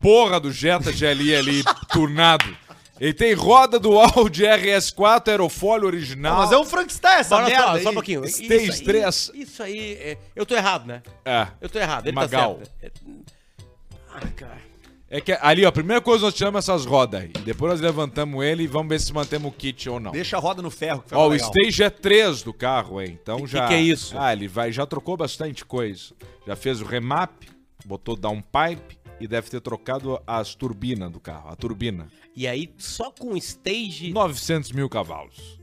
B: porra do Jetta GLI ali, turnado. Ele tem roda dual de RS4, aerofólio original.
A: Ah, mas é um Frankenstein essa
C: Bora
A: merda
C: só,
A: aí.
C: só um pouquinho.
B: Stage
C: Isso aí-
B: três.
C: Isso aí, é- eu tô errado, né?
B: É.
C: Eu tô errado, ele
B: Magal.
C: tá certo. Ah, cara.
B: É que ali, ó, a primeira coisa nós tiramos essas rodas aí. Depois nós levantamos ele e vamos ver se mantemos o kit ou não.
A: Deixa a roda no ferro. Que
B: Ó, o
A: Tá legal.
B: stage é 3 do carro, hein? Então
C: Que-
B: já.
C: que é isso?
B: Ah, ele vai, já trocou bastante coisa. Já fez o remap, botou downpipe e deve ter trocado as turbinas do carro. A turbina.
C: E aí, só com stage...
B: 900 mil cavalos.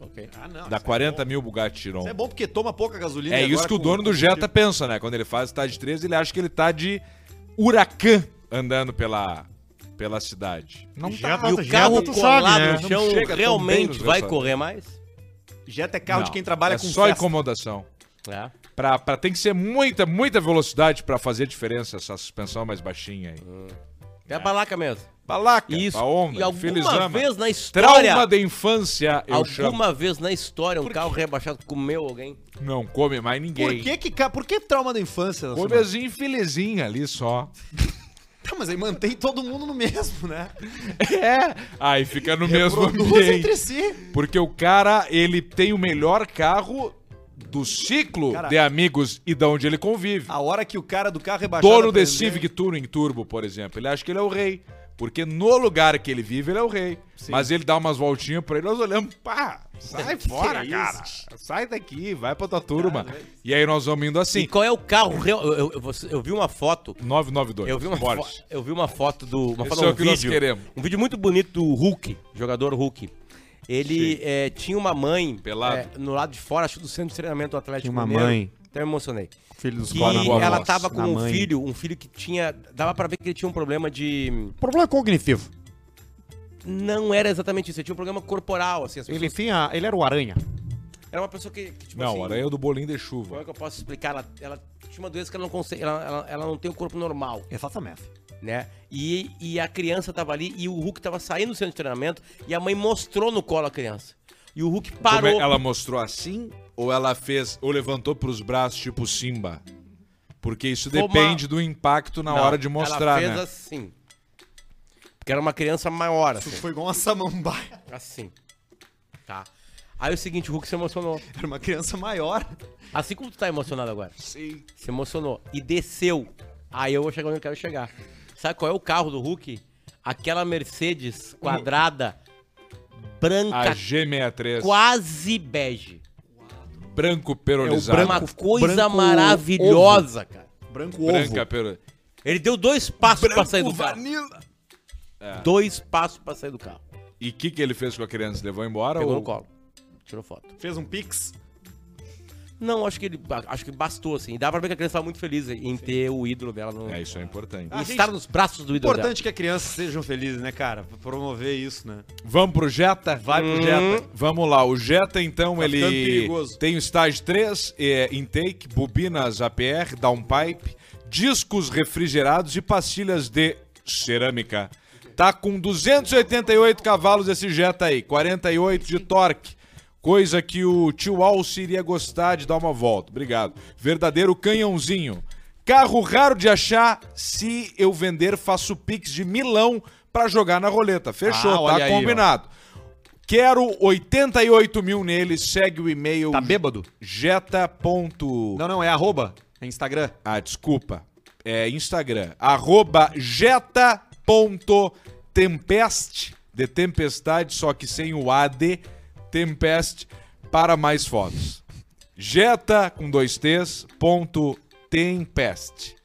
C: Ok.
A: Ah, não.
B: Dá 40 mil Bugatti Chiron.
A: Isso é bom porque toma pouca gasolina.
B: É
A: e
B: isso
A: agora
B: que o
A: com-
B: dono do
A: com-
B: Jetta pensa, né? Quando ele faz estágio 13, ele acha que ele tá de huracan andando pela, pela cidade. Não tá.
C: E o carro
F: tu
C: colado
F: sabe, né?
C: no
B: Não
C: chão
B: chega tão bem nos
C: realmente vai
B: restaurantes.
C: correr mais?
A: Jetta é carro
B: Não,
A: de quem trabalha
B: é
A: com
B: só
A: festa.
B: incomodação.
C: É.
B: Pra, pra, tem que ser muita, muita velocidade pra fazer diferença essa suspensão mais baixinha aí.
C: É a balaca mesmo.
B: Balaca,
C: E isso,
B: a
C: e
B: onda,
C: alguma
B: felizama.
C: vez na história...
B: Trauma de infância, eu chamo.
C: Alguma vez na história um carro rebaixado comeu alguém?
B: Não come mais
A: Por
B: ninguém.
A: que que, ca- por que trauma da infância?
B: Come
A: Samara?
B: as infelizinhas ali só.
A: Tá, mas aí mantém todo mundo no mesmo, né?
B: É. Aí fica no mesmo
A: Reproduz
B: ambiente.
A: entre si.
B: Porque o cara, ele tem o melhor carro do ciclo
A: Cara-
B: de amigos e de onde ele convive.
A: A hora que o cara do carro rebaixado...
B: Dono de
A: aprender-
B: Civic Touring Turbo, por exemplo, ele acha que ele é o rei. Porque no lugar que ele vive, ele é o rei. Mas ele dá umas voltinhas pra ele, nós olhamos, pá, Sai fora,
A: Que
B: cara. Sai daqui, vai pra tua turma. E aí nós vamos indo
C: E
B: assim.
C: qual é o carro real? Eu, eu- eu- você- eu vi uma foto.
B: 992.
C: Eu vi uma, fo
B: Borges.
C: eu vi uma foto do. Uma
B: Esse
C: foto,
B: é
C: não,
B: o que nós queremos.
C: Um vídeo muito bonito do Hulk, jogador Hulk. Ele eh, tinha uma mãe
B: Pelado.
C: eh, no lado de fora, acho do centro de treinamento do Atlético
A: Tinha uma
C: Mineiro.
A: mãe.
C: Até me emocionei.
A: Filho dos
C: Que
A: Conan Boa
C: ela
A: Voz.
C: tava com
A: Da
C: um
A: mãe.
C: filho, um filho que tinha. Dava pra ver que ele tinha um problema de.
A: Problema é cognitivo.
C: Não era exatamente isso, ele tinha um problema corporal, assim, as pessoas.
A: Ele, tinha, ele era o aranha.
C: Era uma pessoa que, que, tipo
B: Não,
C: assim,
B: era eu do bolinho de
C: Como é
B: chuva.
C: que eu posso explicar? Ela, ela tinha uma doença que ela não consegue. Ela, ela, ela não tem o corpo normal,
A: Exatamente.
C: né? E, e a criança tava ali e o Hulk tava saindo do centro de treinamento e a mãe mostrou no colo a criança. E o Hulk
B: Como é-
C: parou.
B: ela mostrou assim ou ela fez ou levantou pros braços tipo Simba? Porque isso
C: Foi uma-
B: depende do impacto na
C: Não,
B: hora de mostrar,
C: Ela fez
B: né?
C: assim. Porque era uma criança maior,
A: Tu
C: assim.
A: foi igual uma samambaia.
C: assim. Tá. Aí é o seguinte, o Hulk se emocionou.
A: Era uma criança maior.
C: Assim como tu tá emocionado agora.
B: Sim.
C: Se emocionou. E desceu. Aí eu vou chegar onde eu quero chegar. Sabe qual é o carro do Hulk? Aquela Mercedes quadrada, branca,
B: A G63,
C: quase bege.
B: branco perolizado.
A: É o branco-
C: Uma coisa
A: branco
C: maravilhosa, cara.
A: Branco
B: branca
A: ovo.
B: perolizado.
C: Ele deu dois passos pra sair do carro. Dois passos pra sair do carro.
B: E o que, que ele fez com a criança? Levou embora
C: Pegou
B: ou...
C: no colo. Tirou foto.
A: Fez um pix.
C: Não, acho que ele. Acho que bastou, assim. Dá pra ver que a criança tava muito feliz em ter o ídolo dela no.
B: É, isso é importante.
A: Ah.
C: em estar nos braços do ídolo dela.
A: Importante que as crianças sejam felizes, né, cara? Pra Promover isso, né?
B: Vamos pro Jetta? Vai pro Jetta. Vamos lá, o Jetta então
A: Tá ficando
B: ele
A: perigoso.
B: tem o estágio 3, é, intake, bobinas APR, downpipe, discos refrigerados e pastilhas de cerâmica. Tá com 288 cavalos esse Jetta aí, 48 de torque. Coisa que o tio Alce iria gostar de dar uma volta. Obrigado. Verdadeiro canhãozinho. Carro raro de achar, se eu vender, faço pix de milão pra jogar na roleta.
A: Ah,
B: Fechou,
A: olha
B: tá
A: aí, ó.
B: combinado. Quero 88 mil nele, segue o e-mail
A: Tá bêbado?
B: jeta.
A: Não, não, é arroba. É Instagram.
B: Ah, desculpa. É Instagram. Arroba jeta.tempest, de tempestade, só que sem o AD, tempest, para mais fotos. Jeta, com dois T's, ponto tempest.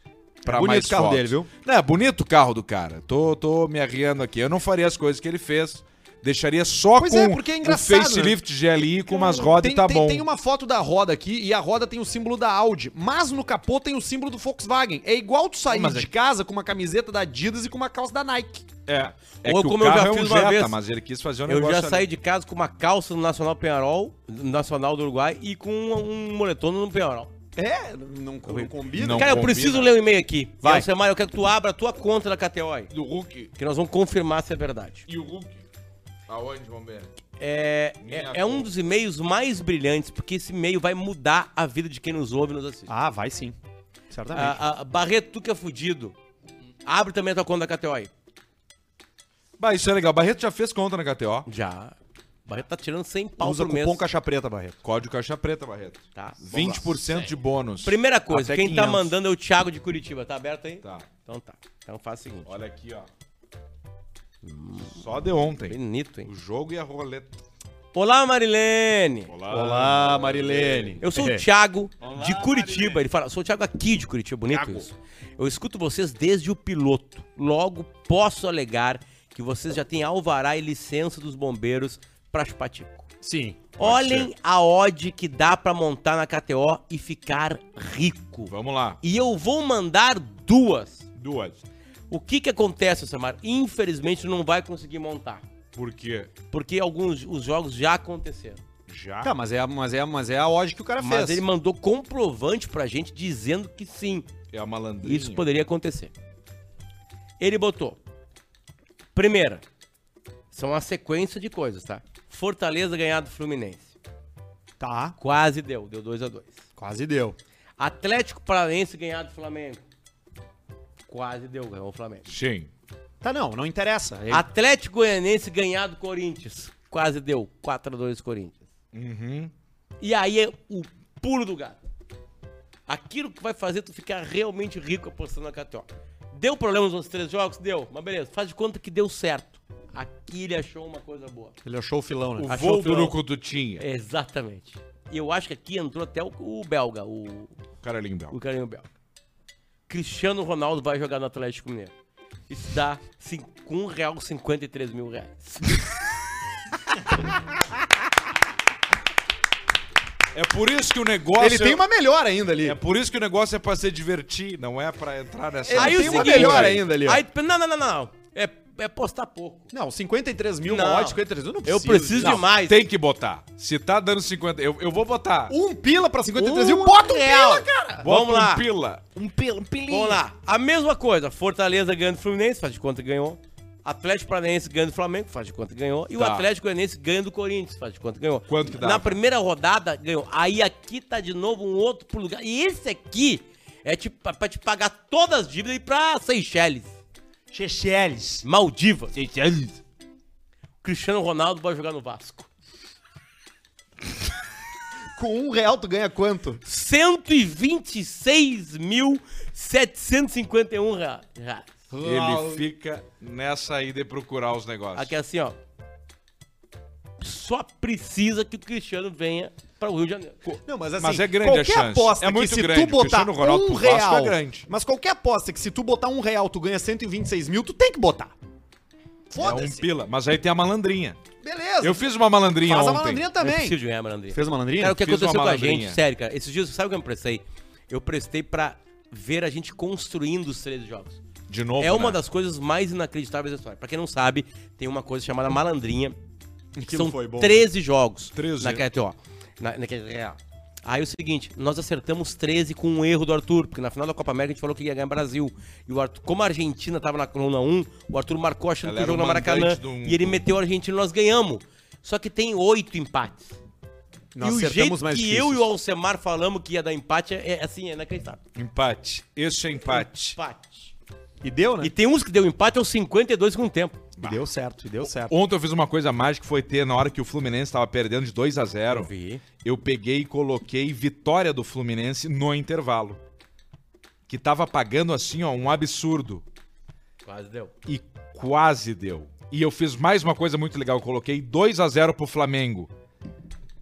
B: Pra
A: bonito
B: mais
A: o carro
B: fotos.
A: dele, viu?
B: Não, é bonito o carro do cara. Tô, tô me arriando aqui. Eu não faria as coisas que ele fez. Deixaria só
A: Pois
B: com
A: é, porque é
B: o
A: engraçado, né?
B: facelift GLI com umas rodas
A: tem,
B: e tá
A: tem-
B: bom.
A: tem uma foto da roda aqui e a roda tem o símbolo da Audi, mas no capô tem o símbolo do Volkswagen. É igual tu sair
B: Mas é-
A: de casa com uma camiseta da Adidas e com uma calça da Nike.
B: É, é
C: Ou
B: que
C: como
B: o
C: eu já
B: carro é um
C: fiz uma
B: Jetta,
C: vez.
B: mas ele quis fazer um
C: Eu
B: negócio
C: já
B: ali.
C: saí de casa com uma calça no Nacional Penharol, no Nacional do Uruguai, e com um, um moletom no Penharol.
A: É, não, não combina.
B: Não
C: Cara, eu
B: combina.
C: preciso ler um e-mail aqui.
A: Vai.
C: Vai. Semar, eu quero que tu abra a tua conta da KTO aí,
B: do Hulk
C: que nós vamos confirmar se é verdade.
B: e o Hulk. Aonde, vamos ver?
C: É,
B: Minha
C: é, é um
B: conta.
C: dos e-mails mais brilhantes, porque esse e-mail vai mudar a vida de quem nos ouve e nos assiste.
A: Ah, vai sim. Certamente.
C: A, a- Barreto, tu que é fudido, abre também a tua conta da KTO aí.
B: Bah, isso é legal. Barreto já fez conta na KTO.
C: Já. Barreto tá tirando 100 pau
A: Usa
C: por
A: cupom
C: mês.
A: caixa preta, Barreto.
B: Código caixa preta, Barreto.
C: Tá, vamos
B: 20% de bônus.
C: Primeira coisa,
B: Até
C: quem tá
B: 500.
C: mandando é o Thiago de Curitiba. Tá aberto aí?
B: Tá.
C: Então tá. Então faz o seguinte.
B: Olha aqui, ó. Só de ontem.
C: Bonito, hein?
B: O jogo e a roleta.
C: Olá, Marilene!
A: Olá, Marilene. É.
C: Eu sou o Thiago de Curitiba. Ele fala, sou o Thiago aqui de Curitiba, bonito
E: Thiago.
C: isso. Eu escuto vocês desde o piloto. Logo, posso alegar que vocês já têm alvará e licença dos bombeiros pra Chupatico.
A: Sim.
C: Olhem a odd que dá pra montar na KTO e ficar rico.
B: Vamos lá.
C: E eu vou mandar duas.
B: Duas.
C: O que que acontece, Samar? Infelizmente, tu não vai conseguir montar.
B: Por quê?
C: Porque alguns os jogos já aconteceram.
B: Já.
A: Tá, mas é, a- mas, é, mas é a odd que o cara
C: Mas
A: fez.
C: ele mandou comprovante pra gente dizendo que sim,
B: É a malandrinha.
C: isso poderia acontecer. Ele botou. Primeira, são uma sequência de coisas, tá? Fortaleza ganhar do Fluminense.
A: Tá.
C: Quase deu, deu 2 a 2
A: Quase deu.
C: Atlético Paranaense ganhar do Flamengo. Quase deu, ganhou o Flamengo.
B: Sim.
A: Tá, não, não interessa. É-
C: Atlético Goianense ganhar do Corinthians. Quase deu, 4 a 2 Corinthians.
B: Uhum.
C: E aí é o pulo do gato. Aquilo que vai fazer tu ficar realmente rico apostando na KTO. Deu problema nos outros três jogos? Deu. Mas beleza, faz de conta que deu certo. Aqui ele achou uma coisa boa.
A: Ele achou o filão, né?
B: O
C: Achou
B: voo
C: que eu-
B: do Nucudutinha.
C: Exatamente. E eu acho que aqui entrou até o, o belga, o,
B: Carolinho Bel.
C: É. o carinho belga. Cristiano Ronaldo vai jogar no Atlético Mineiro. Isso dá cin- com um real 53 mil reais.
B: É por isso que o negócio...
A: ele tem uma melhor ainda ali.
B: É por isso que o negócio é pra se divertir, não é pra entrar nessa...
A: Ele
C: Aí o
A: tem uma
C: seguinte,
A: melhor
B: aí.
A: ainda ali. ó.
C: Aí, tu pensa, não, não, não, não. não. É, é postar pouco.
A: Não, 53 mil,
C: Não.
A: uma odd, 53 mil, não
C: Eu
A: precisa.
C: preciso
A: Não.
C: de mais.
B: Tem que botar. Se tá dando 50... Eu, eu vou botar.
A: Um pila pra 53
C: Um
A: mil, bota um
C: real.
A: pila, cara!
B: Bota
C: Uh, Vamos lá.
B: Um pila.
C: Um pelo, um pilinho. Vamos lá. A mesma coisa. Fortaleza ganhando do Fluminense, faz de conta que ganhou. Atlético Paranaense ganhando do Flamengo, faz de conta que ganhou. E o
B: Tá.
C: Atlético Goianiense ganhando do Corinthians, faz de conta que ganhou.
B: Quanto que dá?
C: Na primeira rodada, ganhou. Aí aqui tá de novo um outro pro lugar. E esse aqui é tipo pra- pra te pagar todas as dívidas e ir pra Seychelles.
A: Chechelles.
C: Maldivas. Seychelles. Cristiano Ronaldo vai jogar no Vasco.
A: Com um real tu ganha quanto?
C: 126.751 reais.
B: Ele fica nessa ida e procurar os negócios.
C: Aqui é assim, ó. Só precisa que o Cristiano venha para o Rio de Janeiro.
A: Não, mas assim,
B: Mas é grande a
A: qualquer
B: chance.
A: aposta
B: É
A: que
B: muito
A: se
B: grande.
A: tu botar
B: Cristiano Ronaldo
A: um
B: pro Vasco
A: real,
B: é grande.
A: mas qualquer aposta que se tu botar um real tu ganha 126 mil, tu tem que botar.
B: É um
A: Foda-se.
B: pila. Mas aí tem a malandrinha.
A: Beleza.
B: Eu fiz uma malandrinha
A: Faz a
B: ontem.
A: malandrinha
C: Eu
A: também.
C: preciso de ganhar, Malandrinha.
A: Fez a malandrinha?
C: Cara, o que
B: Fiz uma
C: aconteceu com a
B: malandrinha.
C: gente? Sério, cara. Esses dias, sabe o que eu me prestei? Eu prestei pra ver a gente construindo os 13 jogos.
B: De novo,
C: é uma
B: né?
C: das coisas mais inacreditáveis da história. Pra quem não sabe, tem uma coisa chamada Malandrinha. Que
A: Aquilo
C: são
A: foi bom.
C: 13 jogos
B: 13.
C: na KTO. Na, na KTO. Aí é o seguinte, nós acertamos 13 com um erro do Arthur, porque na final da Copa América a gente falou que ia ganhar o Brasil. E o Arthur, como a Argentina tava na coluna 1, o Arthur marcou achando
B: Ela
C: que o
B: era
C: jogo
B: o
C: na Maracanã.
B: mandante de um-
C: E ele meteu a Argentina e nós ganhamos. Só que tem oito empates.
A: Nós
C: e o jeito
A: acertamos mais
C: que
A: difíceis.
C: eu e o Alcemar falamos que ia dar empate é, é assim, é inacreditável.
B: Empate. Esse é empate.
C: Empate.
A: E deu, né?
C: E tem uns que deu empate aos 52 com o tempo.
A: E deu certo, e deu certo.
B: Ontem eu fiz uma coisa mágica, foi ter, na hora que o Fluminense tava perdendo de 2 a 0 eu,
C: vi.
B: peguei e coloquei vitória do Fluminense no intervalo. Que tava pagando assim, ó, um absurdo.
C: Quase deu.
B: E quase deu. E eu fiz mais uma coisa muito legal, eu coloquei 2 a 0 pro Flamengo.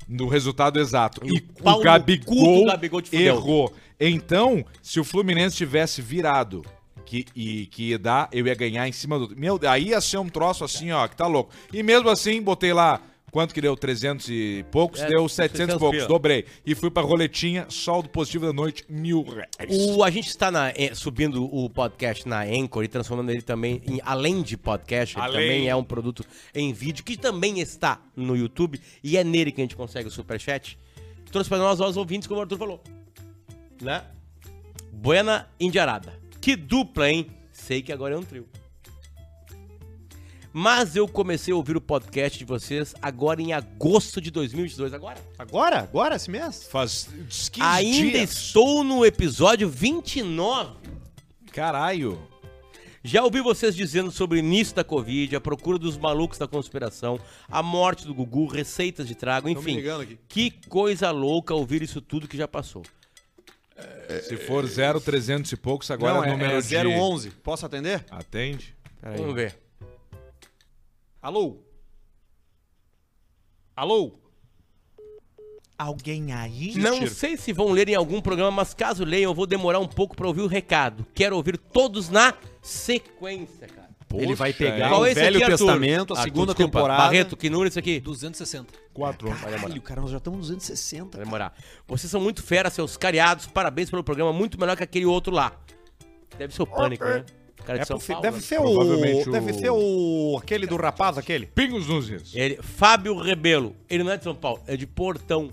B: No resultado exato.
C: E
B: E,
C: o pau
B: o
C: no cu
B: Gabigol,
C: do Gabigol te fudeu.
B: errou. Então, se o Fluminense tivesse virado que, e, que ia dar, eu ia ganhar em cima do. Meu, aí ia ser um troço assim, ó, que tá louco. E mesmo assim, botei lá. Quanto que deu? 300 e poucos?
C: É,
B: deu 700 e
C: 600
B: poucos.
C: pila.
B: Dobrei. E fui pra roletinha, saldo positivo da noite, mil reais.
C: O, a gente está na- eh, subindo o podcast na Anchor e transformando ele também em além de podcast, ele
B: Além.
C: também é um produto em vídeo que também está no YouTube e é nele que a gente consegue o superchat. Trouxe para nós os ouvintes, como o Arthur falou. Né? Buena Indiarada. Que dupla, hein? Sei que agora é um trio. Mas eu comecei a ouvir o podcast de vocês agora em agosto de 2022. Agora?
A: Agora? Agora, esse mês?
B: Faz 15
C: Ainda
B: dias.
C: estou no episódio 29.
B: Caralho.
C: Já ouvi vocês dizendo sobre o início da Covid, a procura dos malucos da conspiração, a morte do Gugu, receitas de trago,
A: Tão me
C: enfim.
A: ligando aqui.
C: Que coisa louca ouvir isso tudo que já passou.
B: Se for 0,300 e poucos, agora
A: Não,
B: é número
A: é, é
B: de...
A: 011. Posso atender?
B: Atende.
C: Vamos ver.
A: Alô? Alô?
D: Alguém aí?
C: Não sei se vão ler em algum programa, mas caso leiam, eu vou demorar um pouco pra ouvir o recado. Quero ouvir todos na sequência, cara.
A: Ele vai pegar
C: Qual
A: o
C: é esse
A: Velho
C: aqui, Arthur?
A: Testamento, a
C: Arthur,
A: segunda
C: desculpa.
A: temporada.
C: Barreto, que número é isso aqui?
D: 260.
B: 4
A: Caralho, cara, nós já estamos 260.
C: Vai demorar. Vocês são muito fera, seus cariados. Parabéns pelo programa, muito melhor que aquele outro lá. Deve ser o pânico, né? O cara de
A: É
C: São
A: pro-
C: Paulo,
A: deve
C: né?
A: ser o,
B: Provavelmente o-
A: Deve ser o. Aquele do rapaz, aquele.
B: Pingos nos is.
C: Ele, Fábio Rebelo. Ele não é de São Paulo, é de Portão.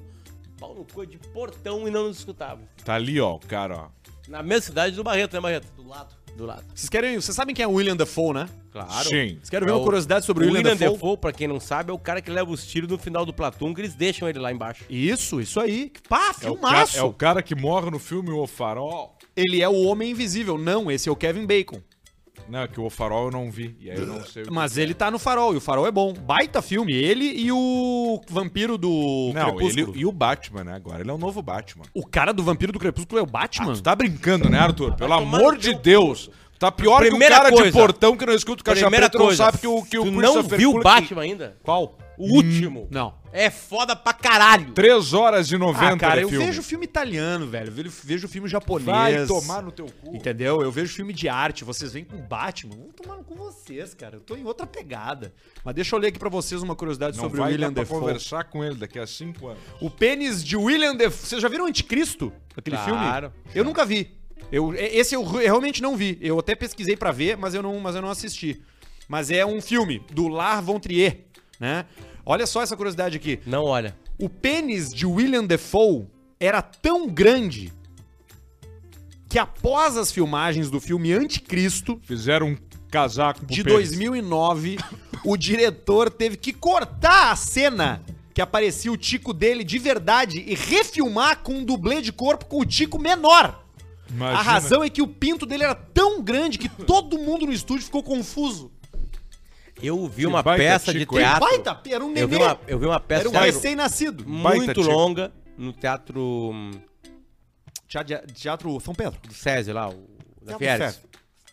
C: Paulo foi é de Portão e não nos escutava.
B: Tá ali, ó, o cara, ó.
C: Na mesma cidade do Barreto, né, Barreto? Do lado. Do lado.
A: Vocês querem. Vocês sabem quem é o William Defoe, né?
C: Claro.
B: Sim.
A: Vocês querem ver
C: É
A: uma
C: o-
A: curiosidade
C: O
A: sobre o
C: William,
A: William
C: Defoe,
A: Defoe?
C: pra quem não sabe, é o cara que leva os tiros no final do Platão, que eles deixam ele lá embaixo.
A: Isso, isso aí. Pá,
B: É o,
A: filmaço.
B: cara, é o cara que morre no filme O Farol.
A: Ele é o Homem Invisível. Não, esse é o Kevin Bacon.
B: Não, é que o Farol eu não vi. E aí eu não sei o que-
A: Mas ele tá no farol, e o farol é bom. Baita filme. Ele e o vampiro do
B: Não,
A: Crepúsculo.
B: ele e o Batman, né? Agora ele é o novo Batman.
A: O cara do vampiro do Crepúsculo é o
B: Ah,
A: Batman?
B: tu tá brincando, né, Arthur? Pelo
C: vai tomar
B: amor
C: no
B: de
C: teu
B: Deus. Tá pior
C: Primeira
B: que o cara de
C: coisa.
B: portão que não escuta o caixa
C: Primeira
B: preta não
C: coisa,
B: sabe que o, que o
C: tu não
B: Christopher
C: viu o
B: Plummer-
C: Batman ainda?
A: Qual? Hum,
C: O último.
A: Não.
C: É foda pra caralho.
B: 3 horas e 90
A: Ah, cara,
B: de
A: eu
B: filme.
A: vejo filme italiano, velho. Eu vejo- vejo filme japonês.
B: Vai tomar no teu cu.
A: Entendeu? Eu vejo filme de arte, vocês vêm com Batman. Vou tomar com vocês, cara. Eu tô em outra pegada. Mas deixa eu ler aqui pra vocês uma curiosidade
B: Não
A: sobre o
B: vai
A: William
B: dar pra
A: Defoe.
B: conversar com ele daqui a 5 anos.
A: O pênis de William Defoe. Vocês já viram Anticristo? Aquele
C: Claro.
A: filme? Eu nunca vi. Eu, e- esse eu re- realmente não vi. Eu até pesquisei pra ver, mas eu não, mas eu não assisti. Mas é um filme do Lar Von Trier, né? Olha só essa curiosidade aqui.
C: Não olha.
A: O pênis de William Defoe era tão grande que após as filmagens do filme Anticristo
B: Fizeram um casaco pro
A: de
B: pênis.
A: 2009, o diretor teve que cortar a cena que aparecia o tico dele de verdade e refilmar com um dublê de corpo com o tico menor.
B: Imagina.
A: A razão é que o pinto dele era tão grande que todo mundo no estúdio ficou confuso.
C: Eu vi
B: Que
C: uma
B: baita
C: peça de
B: tico, hein?
C: teatro.
A: Baita, era um
C: Eu vi
A: nenê,
C: uma, eu vi uma
A: era
C: peça
A: um
C: de teatro
A: recém-nascido.
B: baita
C: muito
B: tico.
C: longa no teatro hum,
A: Teatro, teatro São Pedro.
C: do SESI lá, o, da
A: Teatro
C: Fieres.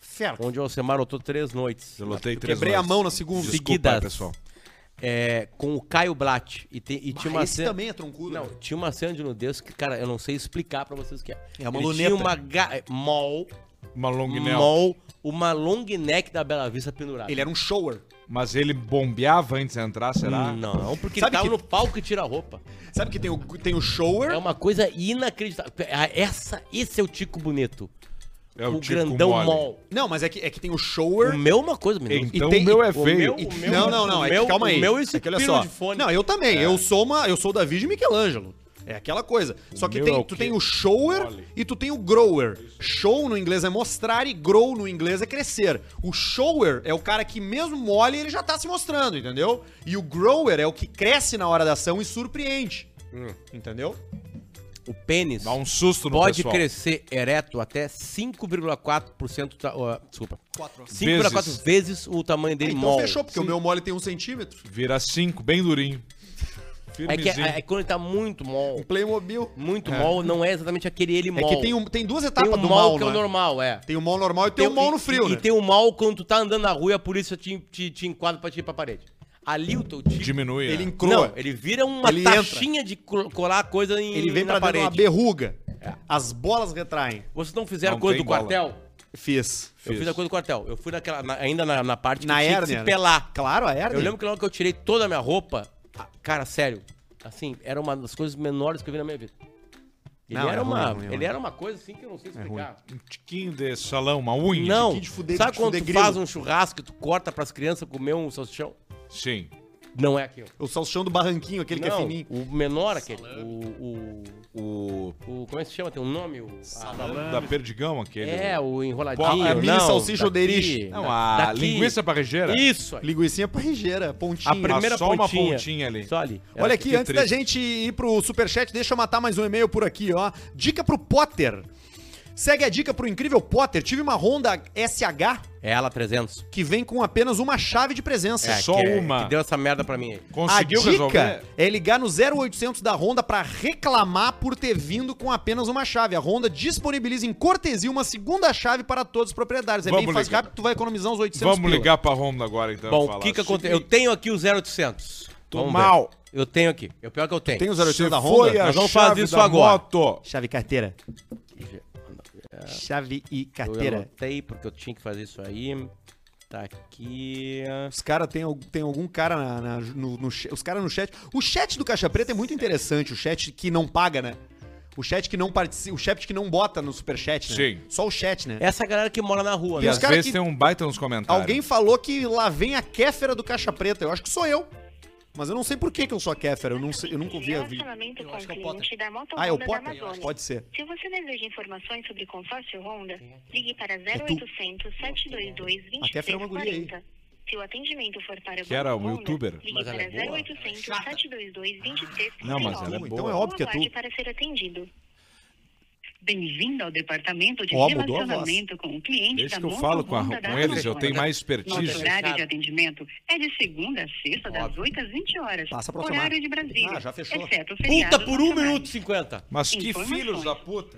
A: Fer- Fer-
C: Onde o Alcemar lotou três noites.
B: Eu lotei três
A: Quebrei a
B: horas.
A: mão na segunda.
B: Desculpa,
C: Seguidas.
B: pessoal.
C: É, com o Caio Blatt. E, tem- e tinha
A: Ah,
C: uma
A: esse
C: cena.
A: também é troncudo.
C: Não, tinha uma cena de nudez que, cara, eu não sei explicar pra vocês o que é.
A: É uma
C: Ele
A: luneta.
C: Tinha uma ga... é, mol,
B: Uma long nail.
C: mol, uma long neck da Bela Vista pendurada.
A: Ele era um shower.
B: Mas ele bombeava antes de entrar, será?
C: Não, porque
A: Sabe
C: ele tava
A: que-
C: no palco e tira a roupa.
A: Sabe que tem o, tem o shower?
C: É uma coisa inacreditável. Ah, Essa, esse é o Tico bonito.
B: É
C: o,
B: Tico
C: grandão
B: mole.
C: mol.
A: Não, mas é que, é que tem o
C: O
A: shower.
C: meu é uma coisa, menino.
B: Então
A: E tem-
B: o meu é
C: o
B: feio.
C: meu-
B: E-
C: o meu-
A: não, não, não.
C: o
A: é
C: meu-
A: que, calma
C: o
A: aí.
C: meu é esse
A: é que olha
C: pino
A: só.
C: de fone.
A: Não, eu também. Eu sou uma, eu sou o Davi de Michelangelo. É aquela coisa. Só que
B: meu
A: tem-
B: é o
A: tu
B: quê?
A: tem o shower
B: Mole.
A: e tu tem o grower. Show no inglês é mostrar e grow no inglês é crescer. O shower é o cara que mesmo mole ele já tá se mostrando, entendeu? E o grower é o que cresce na hora da ação e surpreende. Entendeu?
C: O pênis
B: Dá um susto no
C: pode
B: pessoal.
C: crescer ereto até 5,4%. Ta... ó, desculpa. 5,4
B: Vezes.
C: vezes o tamanho dele
A: então
C: mol.
A: fechou, porque o meu mole tem um centímetro.
B: Vira cinco, bem durinho.
C: É que
B: Firmezinho.
C: é, é quando ele tá muito mol.
A: Playmobil.
C: Muito mol não é exatamente aquele ele
A: É
C: mol.
A: que tem, um, tem duas
C: Tem
A: etapas
C: um
A: do
C: mol
A: mal,
C: que é o
A: né?
C: normal, é.
A: Tem o mal normal e tem, o mal no frio,
C: e,
A: né?
C: E tem o mal quando tu tá andando na rua e a polícia te, te, te enquadra pra te ir pra parede. Ali o teu tico...
B: Diminui.
A: Ele
B: é.
A: encroa.
C: Não, ele vira uma
A: Ele
C: taxinha de col- colar coisa em,
A: Ele vem
C: na
A: pra dentro uma
C: parede. É.
A: berruga. As bolas retraem.
C: Vocês não fizeram
B: Não
C: coisa
B: tem
C: do
B: bola.
C: quartel?
A: Fiz.
C: Eu fiz a coisa do quartel. Eu fui naquela, na- ainda na, na parte
A: Na
C: que tinha que
A: hérnia.
C: se
A: né?
C: pelar.
A: Claro, a hérnia.
C: Eu lembro que logo que eu tirei toda a minha roupa, a- cara, sério, assim, era uma das coisas menores que eu vi na minha vida. Ele,
A: Não, é
C: era,
A: ruim,
C: uma,
A: é ruim, é
C: ele
A: ruim.
C: era uma coisa assim que eu não sei explicar.
B: Um tiquinho de salão, uma unha. um
C: não,
A: tiquinho de fuder-
C: sabe
A: de
C: quando
A: fuder
C: tu
A: grilo?
C: faz um churrasco e tu corta pras crianças comer um salsichão?
B: Sim.
C: Não é aquilo.
A: O salchão do barranquinho, aquele que é
C: Não,
A: fininho.
C: o menor aquele, o,
B: O
C: o, o- como é que se chama? Tem um nome? O, a-
B: da Perdigão, aquele.
C: é, o enroladinho.
B: Pô, a
A: mini salsicha oderich.
B: Não, a linguiça parrejeira.
C: Isso, aí.
A: Linguicinha parrigeira, pontinha.
C: A primeira-
B: só uma
C: pontinha.
B: pontinha ali.
C: Só ali.
A: Olha aqui,
B: que
A: antes
B: triste.
A: da gente ir pro superchat, deixa eu matar mais um e-mail por aqui, ó. Dica pro Potter. Segue a dica pro incrível Potter. Tive uma Honda SH
C: É Ela 300.
A: que vem com apenas uma chave de presença.
B: É, Só
C: que é-
B: uma.
C: Que deu essa merda pra mim aí.
B: Conseguiu
A: a dica
B: resolver?
A: é ligar no 0800 da Honda pra reclamar por ter vindo com apenas uma chave. A Honda disponibiliza em cortesia uma segunda chave para todos os proprietários. É
B: Vamos
A: bem fácil,
B: ligar.
A: rápido, tu vai economizar uns 800
B: Vamos
A: pila.
B: ligar pra Honda agora, então.
C: Bom,
B: falar
C: o que que
B: assim.
C: aconteceu? Eu tenho aqui o 0800.
B: Tô
C: Vamos
B: mal.
C: ver. Eu tenho aqui. É o pior que eu tenho.
A: Tem o
B: Se
A: 0800 da Honda?
B: foi a
C: Nós vamos
B: chave
C: fazer isso
B: da
C: agora.
B: moto.
A: Chave carteira. É. Chave e
C: Eu
A: carteira.
C: anotei porque eu tinha que fazer isso aí. Tá aqui.
A: Os caras tem, al- tem algum cara na- na- no, no cha- os cara no chat. O chat do Caixa Preta é muito interessante, o chat que não paga, né? O chat que não participa, o chat que não bota no superchat, né?
B: Sim.
A: Só o chat, né?
C: Essa é galera que mora na rua,
A: E
B: E
C: né?
A: os
B: às
A: cara
B: vezes
A: que-
B: tem um baita nos comentários.
A: Alguém falou que lá vem a Kéfera do Caixa Preta. Eu acho que sou eu. Mas eu não sei por que, que eu sou a Kéfera. Eu, não sei- eu nunca vi a vídeo.
F: Relacionamento
A: Eu
F: com
A: acho
F: o
A: que é o Potter.
F: cliente da Moto
A: Ah, é
F: Honda
A: o
F: da
A: Potter?
F: Amazônia.
A: Pode ser.
F: Se você deseja informações sobre consórcio Honda, ligue
A: É
F: para 0800 722
A: A Kéfera é uma guria aí.
F: 2340. Se o atendimento for para
B: Que era
F: Banco
B: um
F: Honda,
B: youtuber.
F: ligue
C: Mas ela
F: para
C: é boa,
F: 0800 722 2340.
B: Não, mas ela é
A: Então
B: boa.
A: é óbvio que é tu.
F: Aguarde para ser atendido. Bem-vindo ao departamento de
A: Ó, mudou a voz.
F: relacionamento com o cliente
B: Desde
F: da
B: que eu
F: Moto
B: falo com, a-
F: Honda da
B: com eles, eu
F: Amazônia.
B: tenho mais
F: Nosso
B: expertise.
F: horário
C: Fechado.
F: é de atendimento é de segunda a sexta, das
C: Óbvio.
F: 8 às 20 horas.
A: Passa pra Alcemar.
F: horário de Brasília.
A: Ah, já fechou.
F: Exceto
C: Puta,
F: feriados
C: por 1
F: nacionais.
C: minuto e 50.
B: Mas que
F: Informações.
B: filhos da puta.